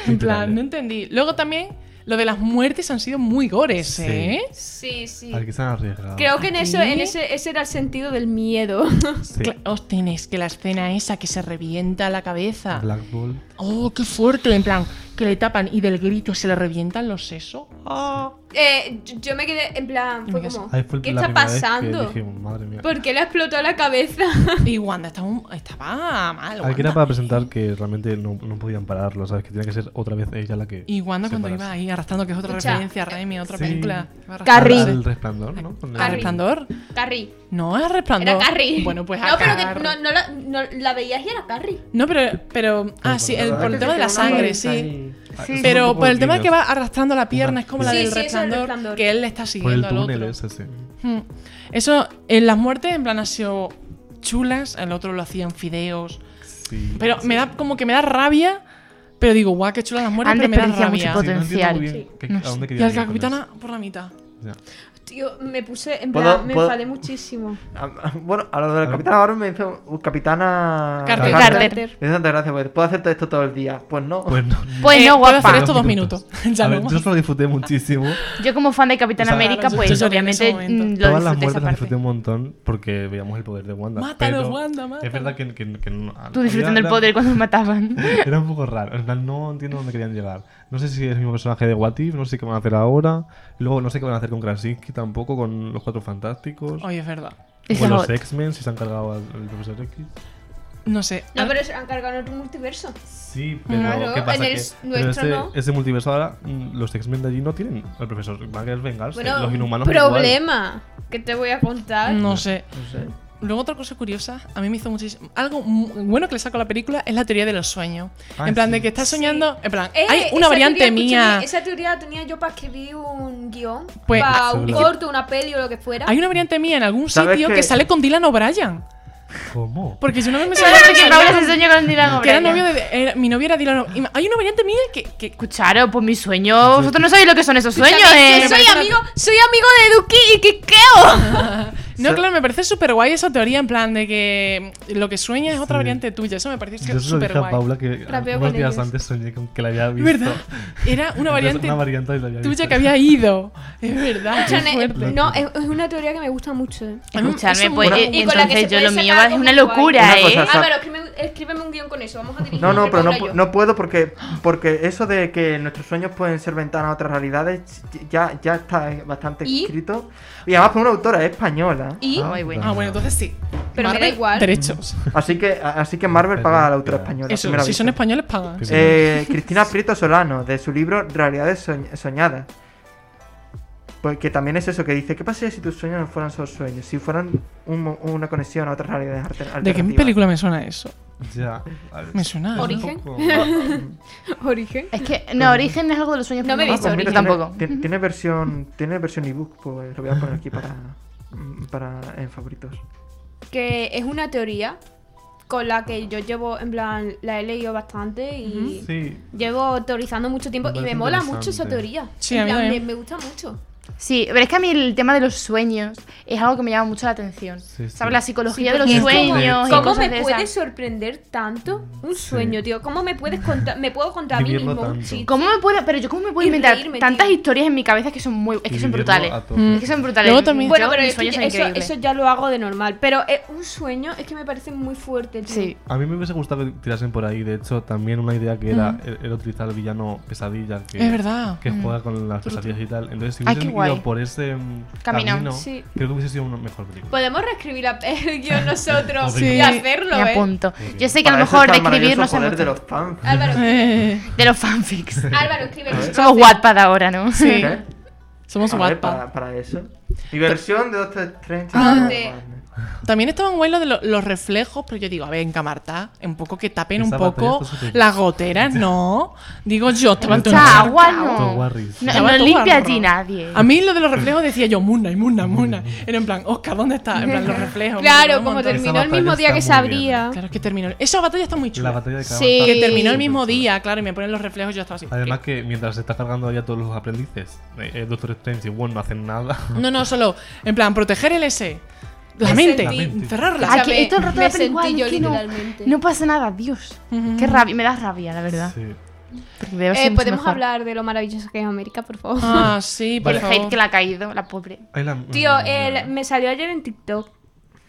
Speaker 4: En plan,
Speaker 3: Literal.
Speaker 4: no entendí. Luego también, lo de las muertes han sido muy gores,
Speaker 3: Sí.
Speaker 4: ¿eh?
Speaker 5: sí, sí.
Speaker 3: Al que se han arriesgado.
Speaker 5: Creo que en eso, en
Speaker 4: ¿Sí?
Speaker 5: ese, ese era el sentido del miedo.
Speaker 3: Sí.
Speaker 4: Cla- Hostia, es que la escena esa que se revienta la cabeza.
Speaker 3: Black Bolt.
Speaker 4: Oh, qué fuerte. En plan, que le tapan y del grito se le revientan los sesos. Ah.
Speaker 5: Eh, yo- yo me quedé en plan, fue
Speaker 4: Mira,
Speaker 5: como,
Speaker 3: Ahí fue
Speaker 5: ¿qué
Speaker 3: la
Speaker 5: está
Speaker 3: primera vez que
Speaker 5: pasando?
Speaker 3: dije, madre mía.
Speaker 5: ¿Por qué le ha explotado la cabeza?
Speaker 4: Y Wanda estaba, un- estaba mal.
Speaker 3: Aquí era
Speaker 4: Wanda.
Speaker 3: para presentar que realmente no, no podían pararlo, ¿sabes? Que tenía que ser otra vez ella la que.
Speaker 4: Y Wanda
Speaker 3: se
Speaker 4: cuando iba
Speaker 3: parase.
Speaker 4: ahí arrastrando, que es otra
Speaker 5: Escucha,
Speaker 4: referencia a Remy, otra
Speaker 3: Sí.
Speaker 4: película. que va
Speaker 7: Carrie.
Speaker 3: Al-
Speaker 4: arrastrando.
Speaker 3: al resplandor, ¿no? Con el-
Speaker 4: ¿Al resplandor?
Speaker 5: Carrie.
Speaker 4: No, es resplandor.
Speaker 5: Era Carrie.
Speaker 4: Bueno, pues a
Speaker 5: No, pero que
Speaker 4: Carrie.
Speaker 5: no, no la, no la veías y era Carrie.
Speaker 4: No, pero, pero ah, sí, el, por el tema de la sangre, sí.
Speaker 3: Ah,
Speaker 6: Sí.
Speaker 3: eso fue un
Speaker 4: Pero
Speaker 3: poco
Speaker 4: por el tema de que
Speaker 3: guiños.
Speaker 4: va arrastrando la pierna, es como la
Speaker 5: Sí,
Speaker 4: del
Speaker 5: sí, eso del
Speaker 4: resplandor,
Speaker 5: resplandor.
Speaker 4: que él le está
Speaker 3: Por el
Speaker 4: siguiendo al
Speaker 3: túnel
Speaker 4: otro.
Speaker 3: ese, sí.
Speaker 4: Hmm. Eso, en las muertes, en plan, han sido chulas, el otro lo hacían fideos.
Speaker 3: Sí.
Speaker 4: Pero me da como que me da rabia, pero digo, guau, qué chulas las muertes,
Speaker 6: Han
Speaker 4: pero me da
Speaker 6: desperdiciado
Speaker 4: rabia.
Speaker 6: mucho
Speaker 3: Sí, no entiendo muy
Speaker 6: potencial.
Speaker 3: bien que-
Speaker 6: No
Speaker 3: a dónde
Speaker 4: Y
Speaker 3: querían
Speaker 4: al
Speaker 3: ir con
Speaker 4: capitana por la mitad.
Speaker 3: eso. Ya.
Speaker 5: Tío, me puse, en
Speaker 2: ¿Puedo-
Speaker 5: plan, me
Speaker 2: puedo-
Speaker 5: enfadé muchísimo.
Speaker 2: Ah, Bueno, a lo de la capitana ahora me hizo uh, capitana.
Speaker 4: Carter.
Speaker 3: Carter.
Speaker 2: Me hizo tanta gracia, porque pues, puedo hacerte esto todo el día. Pues no.
Speaker 3: Pues no.
Speaker 6: Pues
Speaker 4: Eh,
Speaker 6: no,
Speaker 4: puedo
Speaker 6: guapa.
Speaker 4: hacer esto dos minutos. ya
Speaker 3: A ver,
Speaker 4: no.
Speaker 3: yo eso lo disfruté muchísimo.
Speaker 6: Yo como fan de Capitán
Speaker 3: O sea,
Speaker 6: América,
Speaker 4: Claro, yo-
Speaker 6: pues
Speaker 4: yo lloré en ese
Speaker 6: obviamente
Speaker 4: momento.
Speaker 6: mm, lo
Speaker 3: Todas las
Speaker 6: disfruté
Speaker 3: muertes
Speaker 6: esa
Speaker 3: las
Speaker 6: parte.
Speaker 3: disfruté un montón porque veíamos el poder de Wanda.
Speaker 4: Mátanos,
Speaker 3: pero
Speaker 4: Wanda, mátanos.
Speaker 3: Es verdad que, que- que no-
Speaker 6: Tú disfrutando
Speaker 3: era-
Speaker 6: el poder cuando mataban.
Speaker 3: Era un poco raro. En plan, no entiendo dónde querían llegar. No sé si es el mismo personaje de What If, no sé qué van a hacer ahora. Luego no sé qué van a hacer con Krasinski tampoco, con los Cuatro Fantásticos.
Speaker 4: Oye, es verdad.
Speaker 6: Esa
Speaker 3: con los
Speaker 6: otra.
Speaker 3: X-Men, si se han cargado al, al Profesor X.
Speaker 4: No sé.
Speaker 5: No, pero se han cargado en otro multiverso.
Speaker 3: Sí, pero
Speaker 5: Claro,
Speaker 3: ¿qué pasa?
Speaker 5: en el
Speaker 3: Que-
Speaker 5: s-
Speaker 3: pero
Speaker 5: nuestro
Speaker 3: ese,
Speaker 5: no.
Speaker 3: ese multiverso ahora, mm, los X-Men de allí no tienen al Profesor. Van a querer vengarse.
Speaker 5: Bueno,
Speaker 3: los inhumanos igual.
Speaker 5: problema que te voy a contar.
Speaker 4: No sé.
Speaker 2: No sé.
Speaker 4: Luego otra cosa curiosa, a mí me hizo muchísimo... Algo mu- bueno que le saco a la película es la teoría de los sueños.
Speaker 3: Ah,
Speaker 4: en plan,
Speaker 3: sí.
Speaker 4: de que estás
Speaker 5: Sí.
Speaker 4: soñando... En plan,
Speaker 5: Eh,
Speaker 4: hay una
Speaker 5: esa
Speaker 4: variante
Speaker 5: teoría, escúchame,
Speaker 4: mía...
Speaker 5: Esa teoría la tenía yo para escribir un guión.
Speaker 4: Pues-
Speaker 5: para un
Speaker 3: Chulo.
Speaker 5: corto, una peli o lo que fuera.
Speaker 4: Hay una variante mía en algún
Speaker 2: ¿Sabes
Speaker 4: sitio
Speaker 2: qué?
Speaker 4: que... sale con Dylan O'Brien.
Speaker 3: ¿Cómo?
Speaker 4: Porque yo no me
Speaker 6: Solo
Speaker 4: sabía que,
Speaker 6: porque Paula se
Speaker 4: salía-
Speaker 6: sueña con Dylan
Speaker 4: que era novio
Speaker 6: O'Brien.
Speaker 4: de... era- mi novia era Dylan O'Brien. Hay una variante mía que... que-
Speaker 6: Escucharos, pues mis sueños. Vosotros no sabéis lo que son esos sueños,
Speaker 5: Escúchame,
Speaker 6: eh.
Speaker 5: que soy amigo, soy amigo de Duki y Kikeo.
Speaker 4: No,
Speaker 2: Sí.
Speaker 4: claro, me parece súper guay esa teoría en plan de que lo que sueñas es otra variante tuya. Eso me
Speaker 3: Yo
Speaker 4: parece
Speaker 3: se lo
Speaker 4: súper
Speaker 3: dije a
Speaker 4: guay.
Speaker 3: Paula que
Speaker 5: Rapeo
Speaker 3: unos
Speaker 5: con
Speaker 3: días
Speaker 5: ellos.
Speaker 3: antes soñé con que la había visto.
Speaker 4: ¿Verdad? Era una
Speaker 3: Entonces,
Speaker 4: variante
Speaker 3: Una variante y la había visto.
Speaker 4: tuya que había ido. Es verdad. qué fuerte.
Speaker 5: eh, no, es, es una teoría que me gusta mucho. eh.
Speaker 4: A mí me- eso
Speaker 6: Escuchadme,
Speaker 4: me
Speaker 6: pues
Speaker 4: mola
Speaker 6: eh,
Speaker 5: Y con la que se
Speaker 6: entonces yo
Speaker 5: puede
Speaker 6: lo mío
Speaker 5: sacar
Speaker 6: es una
Speaker 5: algo guay.
Speaker 6: locura,
Speaker 2: Una
Speaker 6: eh.
Speaker 2: cosa-
Speaker 5: Álvaro, Ah, escríbeme, escríbeme un guión con eso. Vamos a dirigir.
Speaker 2: No, no, pero no,
Speaker 5: Paula y yo.
Speaker 2: pu- no puedo porque, porque eso de que nuestros sueños pueden ser ventanas a otras realidades ya, ya está eh, bastante
Speaker 5: ¿Y?
Speaker 2: escrito. Y además por una autora española.
Speaker 5: Y
Speaker 6: Ay, bueno.
Speaker 4: Ah, bueno, entonces sí.
Speaker 5: Pero me da
Speaker 4: Marvel,
Speaker 5: igual.
Speaker 4: Derechos.
Speaker 2: Así que, a- así que Marvel paga a la autora española.
Speaker 4: Eso,
Speaker 2: primera
Speaker 4: si
Speaker 2: vez.
Speaker 4: son españoles, pagan.
Speaker 3: Sí.
Speaker 2: Eh, Cristina Prieto Solano, de su libro Realidades soñ- Soñadas. Pues que también es eso que dice, ¿qué pasaría si tus sueños no fueran solo sueños? Si fueran un mo- una conexión a otras realidades alter- alternativas.
Speaker 4: ¿De qué película me suena eso?
Speaker 3: Ya. Ah, a ver.
Speaker 4: Me suena.
Speaker 3: Es un
Speaker 5: Origen.
Speaker 3: poco-
Speaker 5: origen.
Speaker 6: Es que, no, Origen es algo de los sueños.
Speaker 5: No
Speaker 6: que
Speaker 5: me he
Speaker 2: Ah,
Speaker 5: visto
Speaker 2: pues mira,
Speaker 6: Yo
Speaker 2: tiene-
Speaker 6: tampoco.
Speaker 2: ti- Tiene, versión tiene versión ebook, pues lo voy a poner aquí para, mm, para en favoritos.
Speaker 5: Que es una teoría con la que yo llevo, en plan, la he leído bastante y.
Speaker 3: Sí.
Speaker 5: Llevo teorizando mucho tiempo
Speaker 3: Me
Speaker 5: y me
Speaker 3: parece
Speaker 5: mola mucho esa
Speaker 3: interesante.
Speaker 5: teoría.
Speaker 4: Sí,
Speaker 5: En
Speaker 4: a mí
Speaker 5: plan, me,
Speaker 4: también.
Speaker 5: me gusta mucho.
Speaker 6: Sí, pero es que a mí el tema de los sueños es algo que me llama mucho la atención.
Speaker 3: Sí, sí.
Speaker 6: ¿Sabes? La psicología
Speaker 5: Sí,
Speaker 6: de los
Speaker 5: porque es
Speaker 3: como-
Speaker 6: sueños. y
Speaker 5: ¿Cómo
Speaker 6: cosas
Speaker 5: me
Speaker 6: de
Speaker 5: puede
Speaker 6: esas.
Speaker 5: sorprender tanto un sueño, tío? ¿Cómo me puedes contar? ¿Me puedo contar a mí
Speaker 3: Vivirlo
Speaker 5: mismo un
Speaker 3: tanto.
Speaker 5: chiste?
Speaker 6: ¿Cómo me puedo, pero yo cómo me puedo
Speaker 5: Y
Speaker 6: inventar
Speaker 5: reírme,
Speaker 6: tantas
Speaker 5: tío.
Speaker 6: historias en mi cabeza que son muy, es que
Speaker 3: Y
Speaker 6: son
Speaker 3: vivirlo
Speaker 6: brutales.
Speaker 3: a tope.
Speaker 4: Mm.
Speaker 6: Es que son brutales.
Speaker 4: Luego también-
Speaker 6: Yo-
Speaker 4: Bueno,
Speaker 5: Bueno, pero
Speaker 6: mis
Speaker 5: es que
Speaker 6: sueños son
Speaker 5: eso,
Speaker 6: increíbles.
Speaker 5: eso ya lo hago de normal. Pero eh, un sueño es que me parece muy fuerte, tío.
Speaker 6: Sí.
Speaker 3: A mí me hubiese gustado que tirasen por ahí. De hecho, también una idea que era el, el utilizar al villano pesadilla. Que,
Speaker 4: Es verdad.
Speaker 3: Que juega con las pesadillas y tal. Entonces, si
Speaker 5: Ah,
Speaker 6: Ay,
Speaker 3: hubiesen
Speaker 6: qué guay.
Speaker 3: ido por ese mm,
Speaker 6: Camino,
Speaker 3: camino,
Speaker 5: sí.
Speaker 3: creo que hubiese sido una mejor película.
Speaker 5: Podemos reescribir la- el guión nosotros
Speaker 3: Sí.
Speaker 5: y hacerlo,
Speaker 6: Me
Speaker 5: ¿eh?
Speaker 6: apunto. Yo sé que
Speaker 2: Para
Speaker 6: a lo
Speaker 2: eso
Speaker 6: mejor
Speaker 2: está el
Speaker 6: describir
Speaker 2: maravilloso
Speaker 6: no sé
Speaker 2: poder de
Speaker 6: mucho.
Speaker 2: los fans.
Speaker 5: Álvaro,
Speaker 4: Eh,
Speaker 6: De los fanfics.
Speaker 5: Álvaro, escribe. el
Speaker 6: Somos
Speaker 5: guión.
Speaker 6: Wattpad ahora, ¿no?
Speaker 4: sí.
Speaker 2: ¿Qué?
Speaker 4: Somos
Speaker 2: ¿Eh? A ver,
Speaker 4: Wattpad.
Speaker 2: para, para eso. Mi versión de Doctor Strange.
Speaker 5: Ah.
Speaker 2: no,
Speaker 5: De-
Speaker 2: Warner.
Speaker 4: También estaban guay lo de lo- los reflejos, pero yo digo, a ver, en Camarta, un poco que tapen un
Speaker 3: Esa batería
Speaker 4: poco
Speaker 3: está súper-
Speaker 4: las goteras, ¿no? Digo yo, estaban todos
Speaker 6: Mucha agua
Speaker 3: Todo
Speaker 6: no. No,
Speaker 3: guarris.
Speaker 6: no
Speaker 4: Estaba todo
Speaker 6: limpia
Speaker 4: guarro.
Speaker 6: allí nadie.
Speaker 4: A mí lo de los reflejos decía yo, Muna y Muna, Muna. Era en plan, Oscar, ¿dónde está? En plan, los reflejos. me
Speaker 5: Claro,
Speaker 4: lo
Speaker 5: como
Speaker 4: montan.
Speaker 3: termina-
Speaker 5: terminó el mismo
Speaker 3: batalla
Speaker 5: día que se
Speaker 3: está muy bien.
Speaker 5: abría.
Speaker 4: Claro, es que terminó. Esa batalla está muy
Speaker 3: La
Speaker 4: chula.
Speaker 3: batalla de cada
Speaker 5: Sí.
Speaker 3: batalla.
Speaker 4: Que terminó el mismo
Speaker 3: Sí. pues,
Speaker 4: día, claro, y me ponen los reflejos, yo estaba así.
Speaker 3: Además
Speaker 4: ¿qué?
Speaker 3: que mientras se está cargando ya todos los aprendices, eh, eh, Doctor Strange y Wong no hacen nada.
Speaker 4: No, no, solo, en plan, proteger el S. La
Speaker 5: Me
Speaker 4: mente,
Speaker 5: sentí-
Speaker 3: La mente.
Speaker 4: cerrarla.
Speaker 6: Ay, que esto es roto
Speaker 5: me
Speaker 6: la película,
Speaker 5: sentí yo
Speaker 6: es que no.
Speaker 5: literalmente.
Speaker 6: No pasa nada, Dios.
Speaker 4: Ujú.
Speaker 6: Qué rabia, me da rabia, la verdad.
Speaker 3: Sí.
Speaker 6: Porque debe ser
Speaker 5: Eh,
Speaker 6: mucho
Speaker 5: podemos
Speaker 6: mejor.
Speaker 5: hablar de lo maravilloso que es América, por favor.
Speaker 4: Ah, sí, por
Speaker 6: El hate
Speaker 4: favor.
Speaker 6: que le ha caído, la pobre.
Speaker 3: Ay, la- mm,
Speaker 5: Tío,
Speaker 3: la-
Speaker 5: el- me salió ayer en TikTok.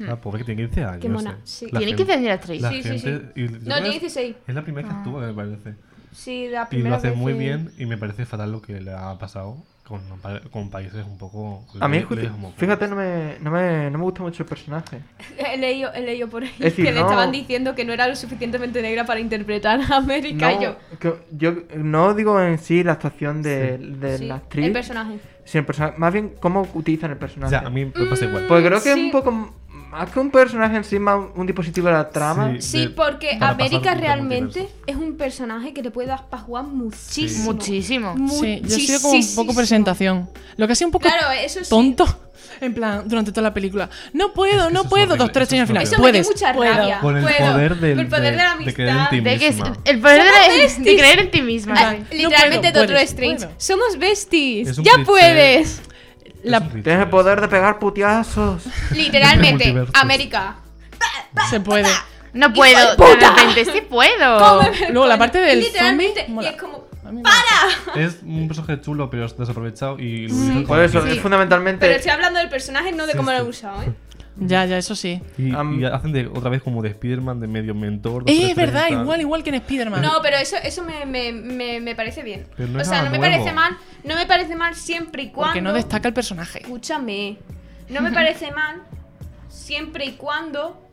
Speaker 3: La pobre que tiene 15 años.
Speaker 5: Qué mona,
Speaker 3: eh.
Speaker 5: sí.
Speaker 3: La
Speaker 6: Tiene que
Speaker 3: gente-
Speaker 6: tener a Trace.
Speaker 3: La
Speaker 5: Sí, sí,
Speaker 3: gente,
Speaker 5: sí.
Speaker 3: y- yo
Speaker 5: No,
Speaker 3: creo que
Speaker 5: tiene
Speaker 3: es-
Speaker 5: 16.
Speaker 3: Es la primera que actúa, me parece.
Speaker 5: Sí, la
Speaker 3: Y
Speaker 5: primera
Speaker 3: lo hace
Speaker 5: vez
Speaker 3: muy
Speaker 5: que-
Speaker 3: bien y me parece fatal lo que le ha pasado con, pa- con países un poco...
Speaker 2: A mí,
Speaker 3: le- le- como-
Speaker 2: fíjate, no me, no, me, no me gusta mucho el personaje.
Speaker 5: He leído, he leído por ahí
Speaker 2: decir,
Speaker 5: que le
Speaker 2: no-
Speaker 5: estaban diciendo que no era lo suficientemente negra para interpretar a América y yo.
Speaker 2: No, que- yo no digo en sí la actuación de, de
Speaker 5: Sí,
Speaker 2: eh, la actriz,
Speaker 5: El personaje.
Speaker 2: sino el personaje, más bien cómo utilizan el personaje.
Speaker 3: Ya, a mí
Speaker 5: Mm.
Speaker 3: me pasa igual.
Speaker 2: Porque creo que es
Speaker 5: Sí.
Speaker 2: un poco m- más que un personaje en sí, más un dispositivo de la trama.
Speaker 3: Sí.
Speaker 5: Sí,
Speaker 3: de-
Speaker 5: porque
Speaker 3: para
Speaker 5: América
Speaker 3: pasar de
Speaker 5: realmente
Speaker 3: multiverso.
Speaker 5: es un personaje que te puede dar para jugar muchísimo.
Speaker 6: Muchísimo.
Speaker 4: Sí, yo he sido como un poco
Speaker 5: Muchísimo.
Speaker 4: presentación. Lo que ha sido un poco
Speaker 5: Claro, eso sí.
Speaker 4: tonto. En plan, durante toda la película. No puedo,
Speaker 3: que
Speaker 4: no
Speaker 3: eso es
Speaker 4: puedo.
Speaker 3: horrible,
Speaker 4: Doctor
Speaker 3: eso
Speaker 4: Strange al
Speaker 3: es
Speaker 4: final.
Speaker 5: Eso me dio
Speaker 4: puedes.
Speaker 5: mucha
Speaker 4: puedo.
Speaker 5: rabia.
Speaker 3: Con el
Speaker 5: Puedo.
Speaker 3: poder del-
Speaker 5: Con el poder de, la
Speaker 3: de- de creer en
Speaker 5: amistad.
Speaker 3: ti
Speaker 6: Ve que es
Speaker 3: misma.
Speaker 6: el poder
Speaker 5: Somos
Speaker 6: de, de
Speaker 5: besties.
Speaker 6: creer en ti misma.
Speaker 5: Ah,
Speaker 4: No
Speaker 5: Literalmente
Speaker 4: puedo,
Speaker 5: Doctor
Speaker 4: puedes,
Speaker 5: Strange.
Speaker 4: puedo.
Speaker 5: Somos besties.
Speaker 3: Es un
Speaker 5: Ya
Speaker 3: cliché.
Speaker 5: puedes.
Speaker 4: La-
Speaker 3: Es un
Speaker 2: Tienes el
Speaker 3: multiverso.
Speaker 2: poder de pegar putiazos.
Speaker 5: Literalmente,
Speaker 3: Multiversos.
Speaker 5: América.
Speaker 4: se puede.
Speaker 6: No puedo, de repente sí puedo.
Speaker 4: Luego la parte del
Speaker 5: Literalmente.
Speaker 4: zombie,
Speaker 5: Y
Speaker 4: mola.
Speaker 5: es como.
Speaker 4: A mí me gusta.
Speaker 3: Es un personaje chulo, pero es desaprovechado y lo utilizan
Speaker 2: Por
Speaker 3: como
Speaker 2: eso,
Speaker 3: multiverso.
Speaker 2: es fundamentalmente.
Speaker 5: Pero estoy hablando del personaje, no de
Speaker 3: Sí,
Speaker 5: cómo lo he
Speaker 3: sí.
Speaker 5: usado, ¿eh?
Speaker 4: Ya, ya, eso sí.
Speaker 3: Y,
Speaker 2: Am-
Speaker 3: y hacen de, otra vez como de Spider-Man, de medio mentor. de
Speaker 4: Eh, es verdad,
Speaker 3: 330.
Speaker 4: igual, igual que en Spider-Man.
Speaker 5: No, pero eso, eso me, me, me, me parece bien.
Speaker 3: Pero no
Speaker 5: o
Speaker 3: es
Speaker 5: sea,
Speaker 3: nada
Speaker 5: no me
Speaker 3: nuevo.
Speaker 5: parece mal. No me parece mal siempre y cuando.
Speaker 4: porque no destaca el personaje.
Speaker 5: Escúchame. No me parece mal siempre y cuando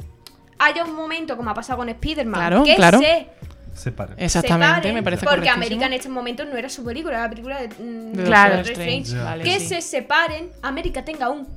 Speaker 5: haya un momento, como ha pasado con Spider-Man,
Speaker 4: Claro,
Speaker 5: que
Speaker 4: claro.
Speaker 5: se
Speaker 3: Separen.
Speaker 4: Exactamente,
Speaker 5: separen,
Speaker 4: me parece
Speaker 5: Porque
Speaker 4: correctísimo.
Speaker 5: América en este momento no era su película, era la película de. mm,
Speaker 4: De
Speaker 6: Claro.
Speaker 4: Doctor Strange,
Speaker 3: Ya.
Speaker 4: vale,
Speaker 5: Que
Speaker 4: sí.
Speaker 5: se separen, América tenga un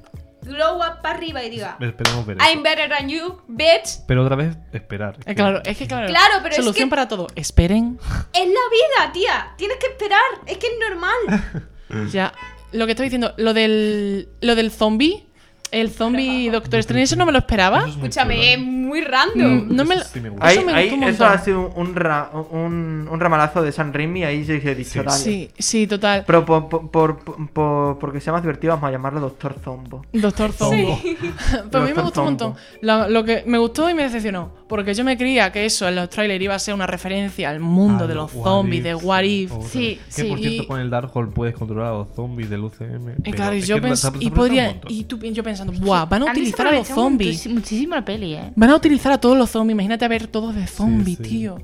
Speaker 5: glow up para arriba y diga:
Speaker 3: Esperemos ver. eso.
Speaker 5: I'm better than you, bitch.
Speaker 3: Pero otra vez, esperar.
Speaker 4: Eh, claro, es que claro.
Speaker 5: Claro, pero es
Speaker 4: solución
Speaker 5: que-
Speaker 4: para todo. Esperen.
Speaker 5: Es la vida, tía. Tienes que esperar. Es que es normal.
Speaker 4: Ya. Lo que estoy diciendo, lo del lo del zombie, el zombie Doctor Strange, eso no me lo esperaba.
Speaker 3: Eso es muy chulo,
Speaker 5: Escúchame,
Speaker 3: ¿eh?
Speaker 5: es muy random.
Speaker 4: Mm, no me
Speaker 3: Eso
Speaker 4: lo-
Speaker 3: sí gusta.
Speaker 2: Ahí,
Speaker 4: Eso me
Speaker 2: ahí-
Speaker 4: gustó un
Speaker 2: eso
Speaker 4: montón.
Speaker 2: ha sido un, un ra- un- un ramalazo de San Raimi. Ahí yo he dicho,
Speaker 3: Sí.
Speaker 2: dale.
Speaker 4: Sí, sí, total.
Speaker 2: Pero por, por- por- por- porque sea más divertido, vamos a llamarlo Doctor Zombo.
Speaker 4: Doctor Zombie.
Speaker 3: Zombo.
Speaker 4: Pues a mí
Speaker 2: Doctor
Speaker 4: me gustó un montón. Lo, lo que me gustó y me decepcionó. Porque yo me creía que eso en los trailers iba a ser una referencia al mundo
Speaker 3: Ah,
Speaker 4: de los
Speaker 3: what
Speaker 4: zombies,
Speaker 3: if,
Speaker 4: de What If.
Speaker 3: otra
Speaker 6: Sí,
Speaker 3: vez.
Speaker 4: sí.
Speaker 3: Que por cierto,
Speaker 4: Y-
Speaker 3: con el Darkhold puedes controlar a los zombies del UCM.
Speaker 4: Y
Speaker 3: pero
Speaker 4: Eh, claro, y
Speaker 3: es
Speaker 4: yo
Speaker 3: que se
Speaker 4: pens-
Speaker 3: ha- se ha
Speaker 4: y
Speaker 3: aprovechado un
Speaker 4: podría
Speaker 3: montón.
Speaker 4: y tú, yo pensando, buah, van a
Speaker 6: Han
Speaker 4: utilizar a los
Speaker 6: desaprovechado
Speaker 4: zombies.
Speaker 6: muchis- Muchísimo la peli, eh.
Speaker 4: Van a utilizar a todos los zombies, imagínate a ver todos de zombie,
Speaker 3: sí.
Speaker 4: tío.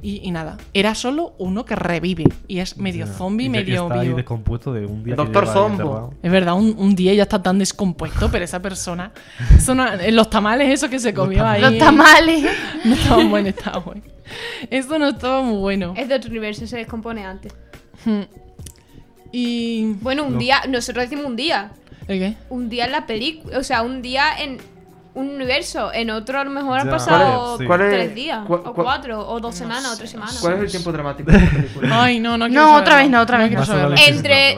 Speaker 4: Y, y nada, era solo uno que revive. Y es medio
Speaker 3: Ya,
Speaker 4: zombie,
Speaker 3: y ya que
Speaker 4: medio
Speaker 3: está ahí
Speaker 4: vivo.
Speaker 3: descompuesto de un día. que
Speaker 2: Doctor
Speaker 3: lleva ahí
Speaker 2: Zombo.
Speaker 3: encerrado.
Speaker 4: Es verdad, un, un día ya está tan descompuesto, pero esa persona. eso no- los tamales, eso que se comió ahí.
Speaker 6: Los tamales.
Speaker 4: No estaba en buen estado, güey. Eso no estaba muy bueno.
Speaker 5: Es de otro universo, se descompone antes.
Speaker 4: Y.
Speaker 5: Bueno, un
Speaker 3: No.
Speaker 5: día, nosotros decimos un día.
Speaker 4: ¿El qué?
Speaker 5: Un día en la película, o sea, un día en un universo. En otro a lo mejor han
Speaker 3: Ya.
Speaker 5: pasado
Speaker 3: ¿Cuál es? Sí.
Speaker 2: ¿Cuál es?
Speaker 5: tres días,
Speaker 2: ¿Cuál-
Speaker 5: o
Speaker 2: cuál-
Speaker 5: cuatro, o dos
Speaker 4: No
Speaker 5: semanas, o
Speaker 4: sé,
Speaker 5: tres
Speaker 4: no
Speaker 5: semanas.
Speaker 2: ¿Cuál es el tiempo dramático de la película?
Speaker 4: Ay, no, no quiero
Speaker 6: No,
Speaker 4: saberlo.
Speaker 6: otra vez no, otra vez
Speaker 4: quiero
Speaker 3: no.
Speaker 4: saberlo.
Speaker 3: Más o menos.
Speaker 5: Entre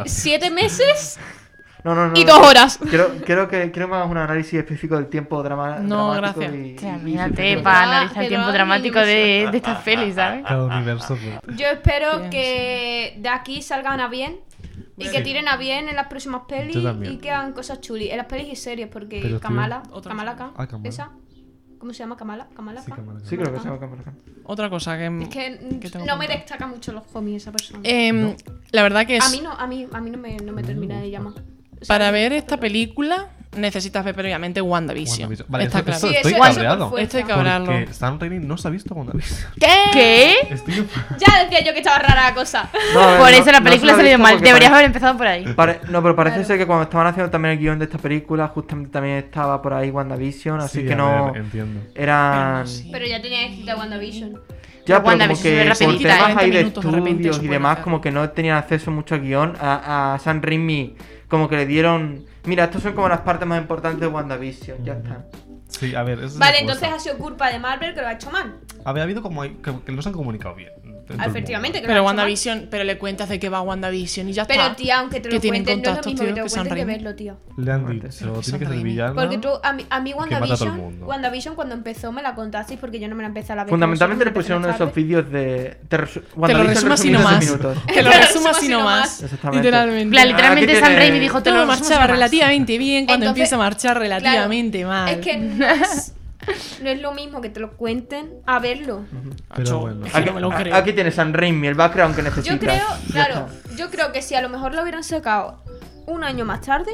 Speaker 5: siete meses
Speaker 2: No, no, no,
Speaker 5: y
Speaker 2: no.
Speaker 5: dos horas.
Speaker 2: Quiero, quiero que quiero más un análisis específico del tiempo drama,
Speaker 4: No,
Speaker 2: dramático.
Speaker 4: gracias.
Speaker 2: y-
Speaker 6: O sea,
Speaker 2: y- y
Speaker 6: imagínate,
Speaker 2: subjetivo.
Speaker 6: Este, para analizar
Speaker 5: Pero
Speaker 6: el tiempo
Speaker 5: hay
Speaker 6: dramático de, de estas pelis, ¿sabes?
Speaker 3: Cada universo. pues.
Speaker 5: Yo espero
Speaker 4: Bien,
Speaker 5: que de aquí salgan a bien. Y que tiren a bien en las próximas pelis
Speaker 3: Yo también.
Speaker 5: y que hagan cosas chulis. En las pelis y series, porque
Speaker 3: Pero, tío,
Speaker 5: Kamala,
Speaker 4: otra
Speaker 5: Kamala
Speaker 4: vez.
Speaker 5: Khan,
Speaker 3: Ah, Kamala.
Speaker 5: esa, ¿cómo se llama? Kamala, Kamala
Speaker 3: Sí,
Speaker 5: Khan.
Speaker 3: cámara,
Speaker 2: Sí,
Speaker 3: cámara.
Speaker 2: creo que se llama Cámara Cam.
Speaker 4: Otra cosa que.
Speaker 5: Es que mm,
Speaker 4: que tengo
Speaker 5: no me
Speaker 4: apuntado.
Speaker 5: destaca mucho los homies esa persona.
Speaker 4: Em,
Speaker 3: No.
Speaker 4: La verdad que es.
Speaker 5: a mí no, a mí, a mí no me, no me termina de llamar. O sea,
Speaker 4: Para ver esta película necesitas ver previamente WandaVision.
Speaker 3: WandaVision. Vale,
Speaker 4: Está
Speaker 3: eso-
Speaker 4: claro.
Speaker 3: eso-
Speaker 5: Sí,
Speaker 3: estoy
Speaker 5: eso- eso
Speaker 3: cabreado.
Speaker 5: por fuerza.
Speaker 4: Estoy cab- Cabrarlo.
Speaker 3: Porque Sam Raimi no se ha visto con WandaVision.
Speaker 6: ¿Qué?
Speaker 3: Estoy
Speaker 5: Ya decía yo que estaba rara la cosa.
Speaker 2: No, a ver,
Speaker 6: Por
Speaker 2: no-
Speaker 6: eso la
Speaker 2: no
Speaker 6: película
Speaker 2: se lo he
Speaker 6: ha salido
Speaker 2: visto
Speaker 6: mal.
Speaker 2: porque
Speaker 6: Deberías
Speaker 2: pare-
Speaker 6: haber empezado por ahí.
Speaker 2: pare- no, pero parece ser que cuando estaban haciendo también el guión de esta película, justamente también estaba por ahí WandaVision, así
Speaker 3: Sí,
Speaker 2: que
Speaker 3: a
Speaker 2: no
Speaker 3: ver, entiendo.
Speaker 2: eran...
Speaker 4: Sí.
Speaker 5: Pero ya tenía escrita WandaVision.
Speaker 2: Ya,
Speaker 6: Pero
Speaker 2: pero como
Speaker 6: WandaVision se ve
Speaker 2: que por
Speaker 6: rapidita,
Speaker 2: temas
Speaker 4: 40
Speaker 2: ahí de
Speaker 4: ¿eh? minutos de repente,
Speaker 2: estudios
Speaker 4: eso
Speaker 2: y
Speaker 4: puede
Speaker 2: demás,
Speaker 4: hacer.
Speaker 2: como que no tenían acceso mucho al guión, a, a San Raimi como que le dieron... Mira, estas son como las partes más importantes de WandaVision, ya está.
Speaker 3: Sí, a ver. esa es la
Speaker 5: Vale,
Speaker 3: cosa.
Speaker 5: entonces ha sido culpa de Marvel que lo ha hecho mal.
Speaker 3: A ver, ha habido como. hay- Que, que no se han comunicado bien.
Speaker 5: Ah, Efectivamente, que lo ha
Speaker 4: Pero
Speaker 5: hecho
Speaker 4: WandaVision, pero le cuentas de qué va WandaVision y ya
Speaker 5: mal. Pero
Speaker 4: está.
Speaker 5: tía, aunque te
Speaker 4: Que
Speaker 5: lo
Speaker 4: tienen
Speaker 5: cuenten, no es lo
Speaker 4: contactos,
Speaker 5: mismo que
Speaker 4: tío,
Speaker 5: te lo
Speaker 4: que son
Speaker 5: cuenten que
Speaker 4: Raimi.
Speaker 5: verlo, tío.
Speaker 3: Le han
Speaker 4: Fuerte,
Speaker 3: dicho,
Speaker 4: que
Speaker 3: tiene que
Speaker 4: son
Speaker 3: ser
Speaker 4: Raimi.
Speaker 3: villana.
Speaker 5: Porque tú, a mí, a mí
Speaker 3: mata a todo el
Speaker 5: WandaVision,
Speaker 3: mundo.
Speaker 5: WandaVision cuando empezó me la contasteis porque yo no me la empecé a la vez. que
Speaker 2: Fundamentalmente le
Speaker 5: vosotros, me
Speaker 2: pusieron uno de
Speaker 5: empecé
Speaker 2: esos vídeos de... Te, resu-
Speaker 4: Te lo
Speaker 2: WandaVision
Speaker 4: resumo así
Speaker 2: resumido en
Speaker 4: nomás.
Speaker 2: seis minutos.
Speaker 4: Te lo
Speaker 5: Te lo
Speaker 4: resumo así
Speaker 5: resumo
Speaker 4: nomás.
Speaker 5: así
Speaker 2: Exactamente.
Speaker 4: Literalmente.
Speaker 6: plan,
Speaker 2: Ah,
Speaker 6: literalmente
Speaker 2: ¿qué
Speaker 6: Sam
Speaker 2: tiene?
Speaker 6: Raimi dijo: Te
Speaker 4: Todo
Speaker 6: lo
Speaker 4: marchaba
Speaker 6: resumo así nomás".
Speaker 4: relativamente bien cuando
Speaker 5: Entonces,
Speaker 4: empieza a marchar relativamente mal.
Speaker 5: tarde. Es que no es, no es lo mismo que te lo cuenten a verlo.
Speaker 3: Pero bueno.
Speaker 4: Yo
Speaker 2: Aquí,
Speaker 4: no me lo
Speaker 2: a-
Speaker 4: creo.
Speaker 2: aquí tienes San Raimi, el background que
Speaker 5: Yo
Speaker 2: necesitas.
Speaker 5: creo,
Speaker 2: Pues Ya
Speaker 5: claro,
Speaker 2: está.
Speaker 5: yo creo que si a lo mejor lo hubieran sacado un año más tarde,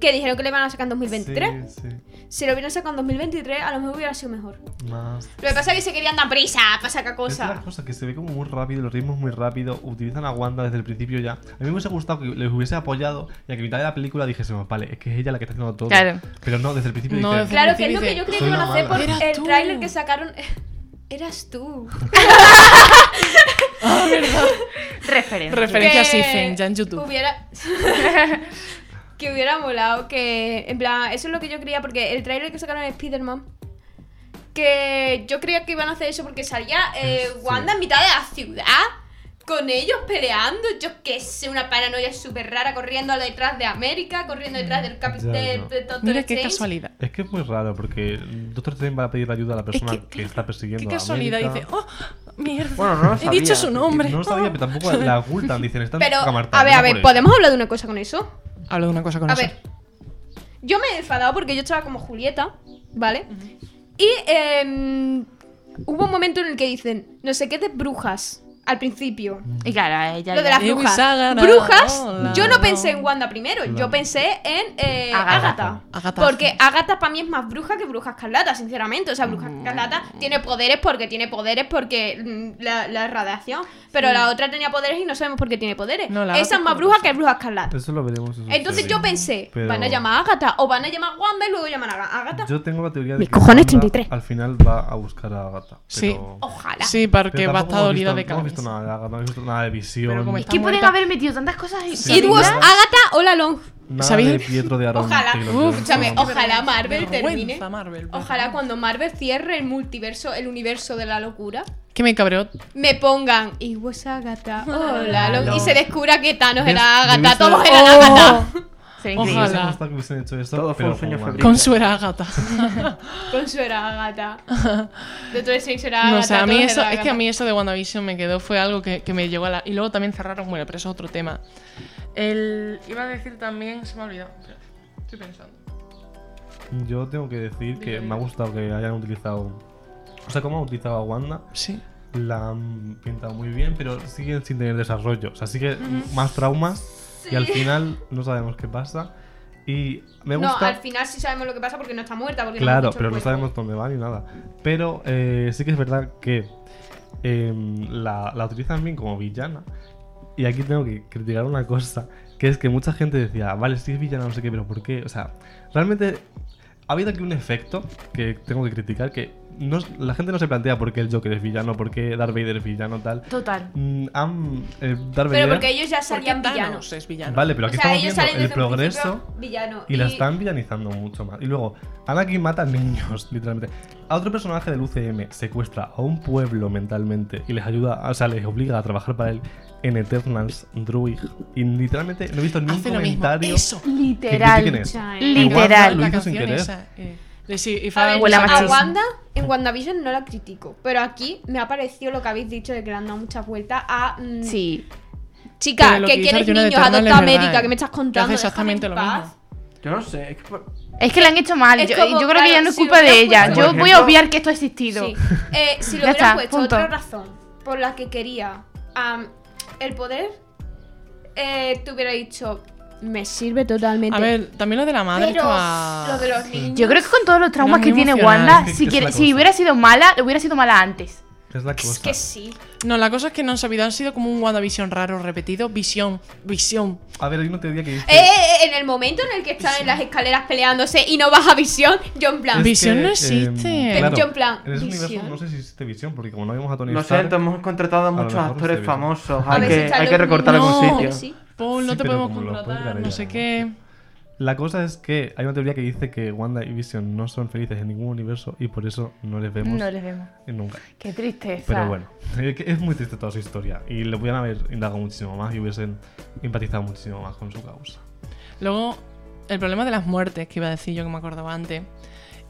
Speaker 5: que dijeron que le iban a sacar en 2023,
Speaker 3: Sí, sí.
Speaker 5: si lo hubieran sacado en 2023, a lo mejor hubiera sido mejor.
Speaker 3: Más.
Speaker 5: Lo que pasa es que se querían dar prisa para
Speaker 3: Esa
Speaker 5: sacar
Speaker 3: Es
Speaker 5: cosas.
Speaker 3: la cosa que se ve como muy rápido, los ritmos muy rápido, utilizan a Wanda desde el principio ya. A mí me hubiese gustado que les hubiese apoyado y a que a mitad de la película dijésemos, vale, es que es ella la que está haciendo todo.
Speaker 6: Claro.
Speaker 3: Pero no, desde el principio
Speaker 4: No,
Speaker 3: dicen,
Speaker 4: desde-
Speaker 5: Claro, que es lo que yo creo que
Speaker 3: Soy
Speaker 5: iban
Speaker 3: una
Speaker 5: a hacer por
Speaker 3: mala.
Speaker 4: Eras
Speaker 5: el
Speaker 4: tú.
Speaker 5: tráiler que sacaron. eh, Eras tú.
Speaker 6: Referencia.
Speaker 4: Referencia a
Speaker 5: Que
Speaker 4: Sifen, ya en YouTube.
Speaker 5: Hubiera... que hubiera molado, que en plan, eso es lo que yo creía, porque el tráiler que sacaron de Spider-Man, que yo creía que iban a hacer eso porque salía eh,
Speaker 3: Sí.
Speaker 5: Wanda en mitad de la ciudad, con ellos peleando, yo qué sé, una paranoia súper rara, corriendo detrás de América, corriendo detrás del Cap-
Speaker 3: Ya,
Speaker 5: del-
Speaker 3: ya.
Speaker 5: del Doctor
Speaker 4: Mm. Mira qué
Speaker 5: Strange.
Speaker 4: casualidad.
Speaker 3: Es que es muy raro porque Doctor Strange va a pedir ayuda a la persona que, está persiguiendo
Speaker 4: Qué
Speaker 3: a
Speaker 4: casualidad.
Speaker 3: América.
Speaker 4: Dice, oh, mierda.
Speaker 2: Bueno, no lo
Speaker 4: He dicho
Speaker 2: sabía.
Speaker 4: su nombre.
Speaker 3: No lo sabía, pero tampoco la ocultan. Dicen, están
Speaker 5: Pero,
Speaker 3: camartadas,
Speaker 5: a ver, a
Speaker 3: no
Speaker 5: ver,
Speaker 3: por eso".
Speaker 5: ¿podemos hablar de una cosa con eso?
Speaker 4: Hablo de una cosa con
Speaker 5: A
Speaker 4: eso.
Speaker 5: ver, yo me he enfadado porque yo estaba como Julieta, ¿vale? Y em, hubo un momento en el que dicen, no sé qué de brujas, al principio.
Speaker 6: Y claro, ella.
Speaker 5: Lo de las
Speaker 4: Lady
Speaker 5: brujas.
Speaker 4: Saga, no,
Speaker 5: brujas,
Speaker 4: no,
Speaker 5: yo
Speaker 4: no.
Speaker 5: no pensé en Wanda primero,
Speaker 3: Claro.
Speaker 5: yo pensé en eh,
Speaker 6: Agatha.
Speaker 5: Agatha.
Speaker 4: Agatha.
Speaker 5: Porque Agatha para mí es más bruja que Bruja Escarlata, sinceramente. O sea, Bruja
Speaker 4: Mm.
Speaker 5: Escarlata tiene poderes porque tiene poderes porque mm, la, la radiación. Pero la otra tenía poderes y no sabemos por qué tiene poderes.
Speaker 4: No, la Agatha
Speaker 5: Esa es más
Speaker 4: es
Speaker 5: bruja que Bruja Escarlata.
Speaker 3: Eso lo veremos. en su
Speaker 5: Entonces
Speaker 3: serie.
Speaker 5: yo pensé,
Speaker 3: Pero-
Speaker 5: van a llamar a Agatha o van a llamar a Wanda y luego llaman a Aga- Agatha.
Speaker 3: Yo tengo la teoría de
Speaker 7: Mis
Speaker 3: que
Speaker 7: cojones,
Speaker 3: Wanda
Speaker 7: 33.
Speaker 3: al final va a buscar a Agatha.
Speaker 4: Sí.
Speaker 3: pero-
Speaker 5: Ojalá.
Speaker 4: Sí, porque
Speaker 3: pero
Speaker 4: va
Speaker 3: tampoco
Speaker 4: a estar
Speaker 3: hemos
Speaker 4: dolida
Speaker 3: visto- No
Speaker 4: de
Speaker 3: hemos visto
Speaker 4: cabeza.
Speaker 3: nada de Agatha, no hemos visto nada de
Speaker 4: Pero
Speaker 3: visión.
Speaker 4: como
Speaker 6: Es
Speaker 4: está
Speaker 6: que pueden
Speaker 4: muerta.
Speaker 6: haber metido tantas cosas y.
Speaker 3: Sí.
Speaker 5: It was
Speaker 3: ¿Verdad?
Speaker 5: Agatha o la Long.
Speaker 3: Nada
Speaker 4: ¿Sabéis?
Speaker 3: de Pietro de Aarón.
Speaker 5: Ojalá.
Speaker 3: que lo
Speaker 5: Uf,
Speaker 3: tenemos
Speaker 5: escúchame,
Speaker 3: como-
Speaker 5: ojalá Marvel termine.
Speaker 4: Vergüenza, Marvel,
Speaker 5: Ojalá cuando Marvel cierre el multiverso, el universo de la locura,
Speaker 4: Que me cabreó.
Speaker 5: me pongan It was Agatha o la
Speaker 3: No.
Speaker 5: Long. Y se descubra que Thanos
Speaker 3: ¿Ves?
Speaker 5: era Agatha,
Speaker 3: ¿Debiste-
Speaker 5: todos eran Agatha.
Speaker 6: Sería
Speaker 3: Me
Speaker 6: increíble.
Speaker 4: Ojalá.
Speaker 3: hubiese gustado que hubiesen hecho esto,
Speaker 2: Todo fue un
Speaker 3: pero
Speaker 2: sueño
Speaker 3: como-
Speaker 2: febril.
Speaker 4: Con su era Agatha.
Speaker 5: Con su era Agatha. Doctor Strange era Ah, Agatha.
Speaker 4: No sé, a mí
Speaker 5: todos
Speaker 4: eso,
Speaker 5: eran
Speaker 4: es que
Speaker 5: Agatha.
Speaker 4: a mí eso de WandaVision me quedó, fue algo que, que me llegó a la... Y luego también cerraron, bueno, pero eso es otro tema. El... Iba a decir también, se me ha olvidado. Espera, Estoy pensando.
Speaker 3: Yo tengo que decir que me ha gustado que hayan utilizado. O sea, cómo ha utilizado a Wanda,
Speaker 4: Sí.
Speaker 3: la han pintado muy bien, pero siguen sin tener desarrollo. O sea, sigue más traumas y al final no sabemos qué pasa. Y me
Speaker 5: No,
Speaker 3: gusta.
Speaker 5: al final sí sabemos lo que pasa porque no está muerta. Porque
Speaker 3: Claro,
Speaker 5: hemos dicho
Speaker 3: pero
Speaker 5: el
Speaker 3: no
Speaker 5: cuerpo.
Speaker 3: sabemos dónde va ni nada. Pero eh, sí que es verdad que em, la, la utilizan bien como villana. Y aquí tengo que criticar una cosa, que es que mucha gente decía, vale, sí es villana, no sé qué, pero ¿por qué? O sea, realmente ha habido aquí un efecto que tengo que criticar, que no, es- la gente no se plantea por qué el Joker es villano, por qué Darth Vader es villano, tal.
Speaker 6: Total.
Speaker 3: Mm, han, eh, Darth
Speaker 5: Pero
Speaker 3: Vader-
Speaker 5: porque ellos ya
Speaker 4: ¿Por qué
Speaker 5: salían villanos.
Speaker 4: Thanos es villano?
Speaker 3: Vale, pero
Speaker 5: O
Speaker 3: aquí
Speaker 5: sea, ellos
Speaker 3: estamos
Speaker 5: salen
Speaker 3: viendo el
Speaker 5: desde un
Speaker 3: progreso...
Speaker 5: principio villano.
Speaker 3: Y la están villanizando mucho más. Y luego, Anakin mata niños, literalmente. A otro personaje del UCM secuestra a un pueblo mentalmente y les ayuda, o sea, les obliga a trabajar para él en Eternals Druid. Y literalmente no he visto ni un
Speaker 4: Hace lo mismo.
Speaker 3: comentario.
Speaker 4: Eso.
Speaker 3: ¿Qué- qué
Speaker 6: Literal.
Speaker 3: tienes?
Speaker 6: Literal.
Speaker 3: Lo
Speaker 4: La
Speaker 3: hizo sin
Speaker 4: canción
Speaker 3: querer.
Speaker 4: esa. eh, de sí, if
Speaker 5: A,
Speaker 4: I
Speaker 5: ver,
Speaker 4: was
Speaker 6: Huele a
Speaker 5: a
Speaker 6: machismo.
Speaker 5: Wanda, en WandaVision no la critico, pero aquí me ha parecido lo que habéis dicho de que le han dado muchas vueltas a. mm,
Speaker 6: Sí.
Speaker 5: Chica,
Speaker 4: Pero lo
Speaker 5: que
Speaker 4: que dice
Speaker 5: quieres
Speaker 4: Arjuna de
Speaker 5: niños,
Speaker 4: Eternal
Speaker 5: adopta
Speaker 4: es
Speaker 5: a
Speaker 4: verdad,
Speaker 5: América,
Speaker 4: eh.
Speaker 5: que me estás
Speaker 4: Que hace
Speaker 5: contando. Déjame
Speaker 4: exactamente
Speaker 5: en
Speaker 4: lo
Speaker 5: paz.
Speaker 4: mismo.
Speaker 2: Yo no sé, es que por-
Speaker 6: Es que la han hecho mal.
Speaker 5: Es
Speaker 6: Yo,
Speaker 5: como,
Speaker 6: yo creo que ya
Speaker 5: claro,
Speaker 6: no es
Speaker 5: si
Speaker 6: culpa
Speaker 5: lo
Speaker 6: de
Speaker 5: hubieran
Speaker 6: ella.
Speaker 2: puesto-
Speaker 6: Yo
Speaker 2: Por
Speaker 6: voy a
Speaker 2: ejemplo-
Speaker 6: obviar que esto ha existido.
Speaker 5: Sí. Eh, si lo
Speaker 6: Ya
Speaker 5: hubieran
Speaker 6: está,
Speaker 5: puesto
Speaker 6: punto.
Speaker 5: otra razón por la que quería am, el poder, eh, te hubiera dicho, me sirve totalmente.
Speaker 4: A ver, también lo de la madre
Speaker 5: pero
Speaker 4: estaba...
Speaker 5: lo de los niños.
Speaker 6: Yo creo que con todos los traumas
Speaker 4: Era
Speaker 6: que
Speaker 4: muy
Speaker 6: tiene
Speaker 4: emocional.
Speaker 6: Wanda,
Speaker 3: Es que
Speaker 6: si,
Speaker 3: es
Speaker 6: quiere-
Speaker 3: la
Speaker 6: si
Speaker 3: cosa.
Speaker 6: hubiera sido mala, hubiera sido mala antes.
Speaker 3: Es la
Speaker 5: Es
Speaker 3: cosa.
Speaker 5: que sí.
Speaker 4: No, la cosa es que no han sabido, han sido como un WandaVision raro repetido. Visión, visión.
Speaker 3: A ver, hay una teoría que dice.
Speaker 5: Eh, eh, en el momento en el que están en las escaleras peleándose y no vas a visión, yo en plan.
Speaker 3: es
Speaker 4: Visión no
Speaker 3: em,
Speaker 4: existe.
Speaker 3: claro,
Speaker 5: Yo en plan,
Speaker 3: En ese
Speaker 5: Visión.
Speaker 3: universo no sé si existe visión, porque como no vimos a Tony
Speaker 2: Lo
Speaker 3: Stark.
Speaker 2: siento, hemos contratado a
Speaker 3: lo
Speaker 2: muchos
Speaker 3: mejor este
Speaker 2: actores
Speaker 3: se ve.
Speaker 2: famosos.
Speaker 5: a
Speaker 2: Hay
Speaker 5: ver si
Speaker 2: que,
Speaker 5: sale
Speaker 2: hay que
Speaker 5: un
Speaker 2: recortar
Speaker 5: niño,
Speaker 2: algún
Speaker 4: No.
Speaker 2: sitio.
Speaker 5: sí.
Speaker 4: Paul, no
Speaker 3: Sí,
Speaker 4: te
Speaker 3: pero
Speaker 4: podemos
Speaker 3: como lo puede
Speaker 4: contratar,
Speaker 3: crear
Speaker 4: no
Speaker 3: ella,
Speaker 4: sé
Speaker 3: ¿no?
Speaker 4: qué.
Speaker 3: La cosa es que hay una teoría que dice que Wanda y Vision no son felices en ningún universo y por eso no les vemos
Speaker 6: No les vemos.
Speaker 3: nunca.
Speaker 6: Qué tristeza.
Speaker 3: Pero bueno, es que es muy triste toda su historia y le pudieran haber indagado muchísimo más y hubiesen empatizado muchísimo más con su causa.
Speaker 4: Luego, el problema de las muertes, que iba a decir yo que me acordaba antes,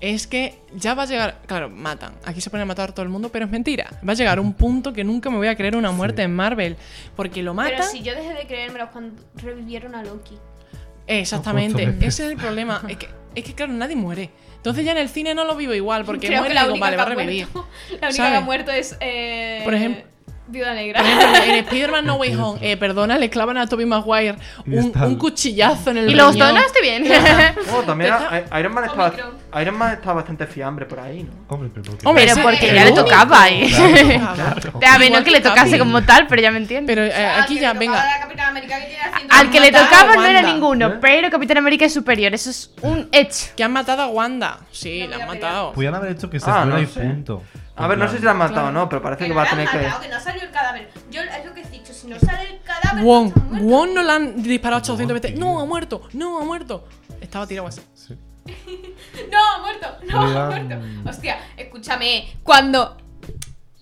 Speaker 4: es que ya va a llegar. Claro, matan. Aquí se pone a matar a todo el mundo, pero es mentira. Va a llegar un punto que nunca me voy a creer una muerte en Marvel. Porque lo
Speaker 5: Pero
Speaker 4: matan.
Speaker 5: si yo dejé de creérmelo cuando revivieron a Loki.
Speaker 4: Exactamente.
Speaker 3: Justo.
Speaker 4: Ese es el problema. Es que, es que, claro, nadie muere. Entonces ya en el cine no lo vivo igual, porque
Speaker 5: Creo
Speaker 4: muere
Speaker 5: que
Speaker 4: y
Speaker 5: la
Speaker 4: digo,
Speaker 5: única
Speaker 4: vale,
Speaker 5: que
Speaker 4: va a
Speaker 5: ha
Speaker 4: revivir.
Speaker 5: muerto. La única que
Speaker 4: ¿Sabes?
Speaker 5: ha muerto es. eh,
Speaker 4: Por ejem-
Speaker 5: Viuda Negra.
Speaker 4: Por ejemplo, en Spider-Man No Way Home, eh, perdona, le clavan a Tobey Maguire
Speaker 3: Y
Speaker 4: un,
Speaker 3: está-
Speaker 4: un cuchillazo en el
Speaker 6: Y los
Speaker 4: riñón.
Speaker 6: donos, estoy bien.
Speaker 2: Oh, también a- Iron Man, estaba,
Speaker 5: Omicron.
Speaker 2: Iron Man estaba bastante fiambre por ahí, ¿no?
Speaker 3: Hombre, pero ¿por qué?
Speaker 4: Hombre,
Speaker 6: Pero
Speaker 4: ese-
Speaker 6: porque
Speaker 4: el
Speaker 6: ya le
Speaker 4: único.
Speaker 6: tocaba, ¿eh?
Speaker 4: Claro.
Speaker 6: A ver, no
Speaker 4: Igual
Speaker 6: que le
Speaker 4: que
Speaker 6: tocase
Speaker 4: Capi.
Speaker 6: como tal, pero ya me entiendes.
Speaker 4: Pero eh,
Speaker 5: Ah,
Speaker 4: aquí ya, venga.
Speaker 6: Al que le
Speaker 4: Mataron a
Speaker 6: tocaba no era
Speaker 4: Wanda,
Speaker 6: ninguno,
Speaker 2: ¿eh?
Speaker 6: pero Capitán América es superior. Eso es un hecho.
Speaker 4: Que han matado a Wanda. Sí,
Speaker 5: No
Speaker 4: la han
Speaker 5: voy a pelear.
Speaker 4: matado.
Speaker 3: Pudieran haber hecho que se
Speaker 2: Ah,
Speaker 3: fuera
Speaker 2: no
Speaker 3: y
Speaker 2: sé.
Speaker 3: punto.
Speaker 2: A ver, no sé si la han matado o no, pero parece que va a tener que.
Speaker 5: Que no salió el cadáver. Yo es lo que he dicho. Si no sale el cadáver.
Speaker 4: Wong.
Speaker 5: no está muerto.
Speaker 4: Wong no la han disparado 800 veces.
Speaker 3: tío.
Speaker 4: No, ha muerto. No, ha muerto. Estaba tirado así.
Speaker 3: Sí.
Speaker 5: No, muerto. No,
Speaker 3: Oigan.
Speaker 5: muerto. Hostia, escúchame. Cuando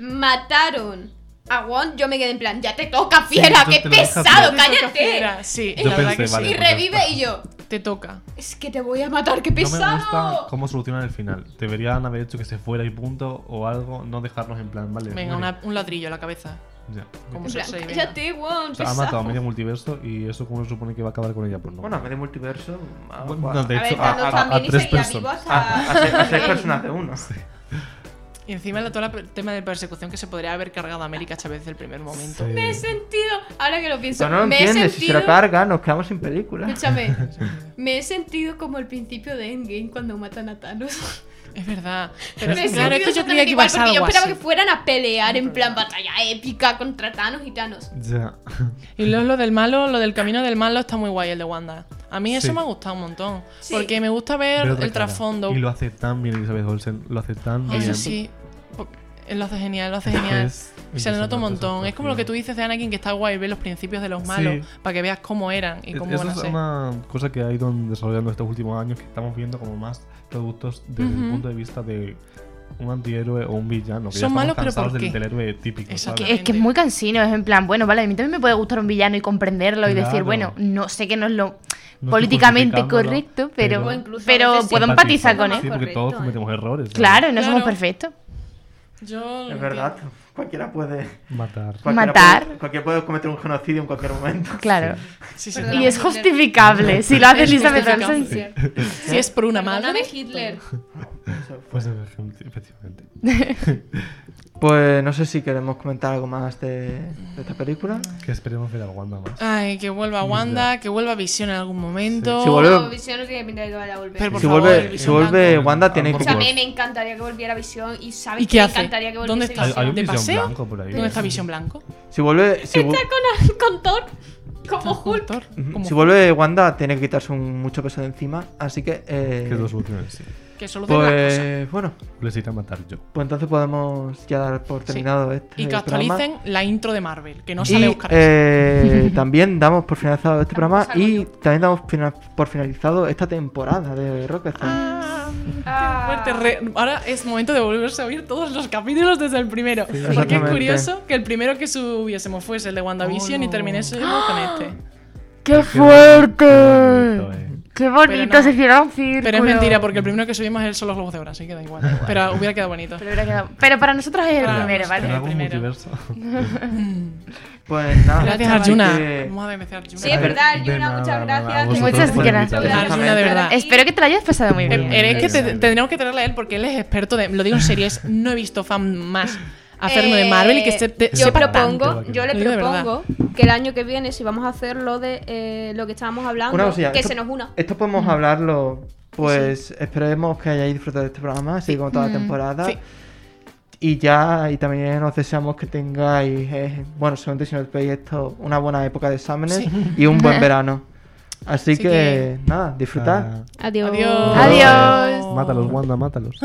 Speaker 5: mataron a Wong, yo me quedé en plan, ya te toca, fiera.
Speaker 3: yo
Speaker 5: Qué
Speaker 3: te lo dejo,
Speaker 5: pesado,
Speaker 3: fiera.
Speaker 5: cállate.
Speaker 4: Era, Sí,
Speaker 3: Yo
Speaker 4: la
Speaker 3: pensé,
Speaker 4: verdad que sí.
Speaker 3: vale.
Speaker 5: Y revive y yo.
Speaker 4: Te toca.
Speaker 5: Es que te voy a matar, qué
Speaker 3: No me gusta
Speaker 5: pesado.
Speaker 3: cómo solucionan el final. Deberían haber hecho que se fuera y punto o algo, no dejarnos en plan, vale.
Speaker 4: Venga,
Speaker 3: muere.
Speaker 4: una- un ladrillo a la cabeza.
Speaker 3: Ya.
Speaker 4: Como
Speaker 5: En
Speaker 4: se
Speaker 5: plan,
Speaker 4: soy yo.
Speaker 5: ya te guau,
Speaker 3: O sea, ha matado a medio multiverso y eso como se supone que va a acabar con ella, pues no.
Speaker 2: Bueno, a medio multiverso. A,
Speaker 3: Bueno,
Speaker 2: a-
Speaker 3: no, de
Speaker 5: A ver,
Speaker 3: hecho, a,
Speaker 5: Thanos
Speaker 3: a- a
Speaker 5: también y
Speaker 3: tres
Speaker 5: seguía vivo
Speaker 3: personas. Ah,
Speaker 2: a- Ah, a
Speaker 5: hasta-
Speaker 2: seis- a seis personas de uno.
Speaker 4: Y encima la- todo el tema de persecución que se podría haber cargado a América Chávez desde el primer momento.
Speaker 5: Me he
Speaker 3: Sí.
Speaker 5: sentido, ahora que lo pienso,
Speaker 2: No, no lo
Speaker 5: me he
Speaker 2: entiendes. Si se
Speaker 5: sentido.
Speaker 2: lo carga, nos quedamos sin película.
Speaker 5: Escúchame, me he sentido como el principio de Endgame cuando matan a Thanos.
Speaker 4: Es verdad. Pero
Speaker 5: Me he
Speaker 4: claro, es que yo
Speaker 5: sentido
Speaker 4: creía que iba a
Speaker 5: exactamente igual,
Speaker 4: ser
Speaker 5: porque
Speaker 4: algo así.
Speaker 5: yo esperaba que fueran a pelear en plan batalla épica contra Thanos y Thanos.
Speaker 3: Ya.
Speaker 4: Y luego lo del malo, lo del camino del malo está muy guay, el de Wanda. A mí eso
Speaker 3: Sí.
Speaker 4: me ha gustado un montón.
Speaker 5: Sí.
Speaker 4: Porque me gusta
Speaker 3: Ver
Speaker 4: ver
Speaker 3: otra
Speaker 4: el
Speaker 3: cara.
Speaker 4: trasfondo.
Speaker 3: Y lo hace tan bien Elizabeth Olsen, lo hace tan bien.
Speaker 4: Eso sí. po- él Lo hace genial, lo hace genial.
Speaker 3: Es
Speaker 4: Se le
Speaker 3: impresionante
Speaker 4: nota un montón.
Speaker 3: esa
Speaker 4: Es como lo que tú
Speaker 3: actuación.
Speaker 4: dices de Anakin, que está guay ver los principios de los malos
Speaker 3: Sí.
Speaker 4: para que veas cómo eran y cómo
Speaker 3: Es-
Speaker 4: van a
Speaker 3: Esa es
Speaker 4: ser.
Speaker 3: una cosa que ha ido desarrollando estos últimos años, que estamos viendo como más productos desde el
Speaker 4: Ujú.
Speaker 3: punto de vista de un antihéroe o un villano. Que ya
Speaker 4: Son
Speaker 3: estamos
Speaker 4: malos, pero
Speaker 3: cansados
Speaker 4: ¿por
Speaker 3: del,
Speaker 4: qué?
Speaker 3: del héroe típico.
Speaker 4: Eso
Speaker 3: ¿sabes?
Speaker 6: Que es que es muy cansino, es en plan, bueno, vale, a mí también me puede gustar un villano y comprenderlo y decir,
Speaker 3: Claro.
Speaker 6: bueno, no sé que no es lo
Speaker 3: No estoy
Speaker 6: políticamente
Speaker 3: justificándolo,
Speaker 6: correcto,
Speaker 3: pero-
Speaker 6: pero,
Speaker 5: O incluso a
Speaker 6: pero
Speaker 5: veces
Speaker 6: puedo
Speaker 5: sí.
Speaker 6: empatizar con
Speaker 5: Empatizar.
Speaker 6: él.
Speaker 3: Sí, porque
Speaker 5: Correcto,
Speaker 3: todos
Speaker 5: ¿eh?
Speaker 3: cometemos errores. ¿sabes?
Speaker 6: Claro, no somos
Speaker 4: Claro.
Speaker 6: perfectos.
Speaker 4: Yo lo
Speaker 2: Es verdad.
Speaker 4: entiendo.
Speaker 2: Cualquiera puede.
Speaker 3: Matar.
Speaker 2: cualquiera
Speaker 6: Matar.
Speaker 2: puede- cualquiera puede cometer un genocidio en cualquier momento.
Speaker 6: Claro.
Speaker 4: Sí, sí,
Speaker 5: Perdón.
Speaker 4: sí.
Speaker 6: Y es justificable. Si lo hace
Speaker 4: Es
Speaker 6: Elizabeth
Speaker 4: justificable.
Speaker 6: Olsen, sí.
Speaker 4: Si es por una
Speaker 5: Perdóname,
Speaker 4: madre.
Speaker 5: Hitler.
Speaker 2: Eso fue.
Speaker 3: Pues efectivamente.
Speaker 2: Pues no sé si queremos comentar algo más de, de esta película.
Speaker 3: Que esperemos ver a Wanda más.
Speaker 4: Ay, que vuelva Wanda, que vuelva Visión en algún momento.
Speaker 2: Si vuelve-
Speaker 5: No, Visión no tiene pinta de que vaya a volver.
Speaker 4: Pero por
Speaker 2: si
Speaker 4: favor, el
Speaker 2: vuelve, si
Speaker 4: Visión
Speaker 2: vuelve
Speaker 3: blanco.
Speaker 2: Wanda, tiene
Speaker 3: Ah,
Speaker 5: O
Speaker 2: que.
Speaker 5: sea, a
Speaker 3: por
Speaker 5: mí me encantaría que volviera Visión y sabes
Speaker 4: ¿Y
Speaker 5: que
Speaker 4: qué
Speaker 5: me
Speaker 4: hace?
Speaker 5: encantaría que
Speaker 4: ¿Dónde
Speaker 5: volviese
Speaker 4: está?
Speaker 3: Hay, hay un
Speaker 4: ¿De
Speaker 3: visión
Speaker 4: paseo?
Speaker 3: blanco por ahí.
Speaker 4: ¿Dónde está Visión Blanco?
Speaker 2: Si vuelve, si, vu-
Speaker 5: Visión. Con Thor, como
Speaker 4: Está
Speaker 5: Hulk.
Speaker 4: Thor,
Speaker 2: Ujú.
Speaker 4: como
Speaker 2: Si vuelve Wanda, tiene que quitarse un mucho peso de encima. Así que. eh,
Speaker 3: Que es lo soluciones, sí.
Speaker 4: Hulk, que solo cosas.
Speaker 2: pues bueno,
Speaker 3: Les iré a matar yo.
Speaker 2: pues entonces podemos ya dar por terminado este
Speaker 4: Y que
Speaker 2: programa.
Speaker 4: actualicen la intro de Marvel, que no
Speaker 2: Y,
Speaker 4: sale Oscar.
Speaker 2: eh, también damos por finalizado este programa
Speaker 5: salgo
Speaker 2: y
Speaker 5: yo.
Speaker 2: también damos fina- por finalizado esta temporada de Rocketson.
Speaker 5: Ah.
Speaker 4: Fuerte, re- Ahora es momento de volverse a oír todos los capítulos desde el primero. porque es
Speaker 2: Exactamente. Oh.
Speaker 4: curioso que el primero que subiésemos fuese el de WandaVision y terminésemos con
Speaker 2: ¡Ah!
Speaker 4: este.
Speaker 7: ¡Qué
Speaker 3: bonito,
Speaker 7: fuerte!
Speaker 3: eh.
Speaker 7: ¡Qué
Speaker 4: Pero no.
Speaker 7: bonito! Se cierra un círculo.
Speaker 4: Pero es mentira, porque el primero que subimos es el solo Globos de Oro, así que da igual. Pero hubiera quedado bonito.
Speaker 6: Pero, hubiera quedado- pero para nosotros es el
Speaker 4: Claro,
Speaker 6: primero,
Speaker 3: En
Speaker 4: es
Speaker 6: ¿vale?
Speaker 4: verdad.
Speaker 3: algún
Speaker 4: primero.
Speaker 3: multiverso.
Speaker 2: Pues nada,
Speaker 4: Gracias,
Speaker 2: así
Speaker 4: Arjuna.
Speaker 2: que-
Speaker 4: Vamos a agradecer a Arjuna.
Speaker 5: Sí, es verdad, Yuna,
Speaker 3: nada,
Speaker 5: muchas
Speaker 3: nada,
Speaker 5: gracias.
Speaker 3: a vosotros
Speaker 6: Muchas
Speaker 3: por
Speaker 6: gracias.
Speaker 3: invitarme.
Speaker 4: Arjuna, de verdad.
Speaker 6: Espero que te lo hayas pasado muy
Speaker 3: Muy
Speaker 6: bien.
Speaker 3: bien.
Speaker 4: Eh, Es que te-
Speaker 3: Excelente.
Speaker 4: tendríamos que traerle a él porque él es experto de. Lo digo en series, no he visto fan más hacerme de Marvel y que se, te-
Speaker 5: Eh, yo
Speaker 4: sepa
Speaker 5: propongo,
Speaker 4: tanto.
Speaker 5: yo
Speaker 4: Lo
Speaker 5: le
Speaker 4: digo de
Speaker 5: propongo que el año que viene, si vamos a hacer lo de eh, lo que estábamos hablando,
Speaker 2: Una cosilla,
Speaker 5: que
Speaker 2: esto-
Speaker 5: se nos una.
Speaker 2: Esto podemos hablarlo. Pues esperemos que hayáis disfrutado de este programa, así como toda la
Speaker 6: Mm,
Speaker 2: temporada.
Speaker 4: sí.
Speaker 2: Y ya, y también os deseamos que tengáis, eh, bueno, solamente si no veis esto, una buena época de exámenes y un buen verano. Así
Speaker 4: Así
Speaker 2: que,
Speaker 4: que-
Speaker 2: nada, disfrutad.
Speaker 3: Ah.
Speaker 5: Adiós.
Speaker 4: Adiós.
Speaker 6: Adiós.
Speaker 3: Mátalos, Wanda, mátalos.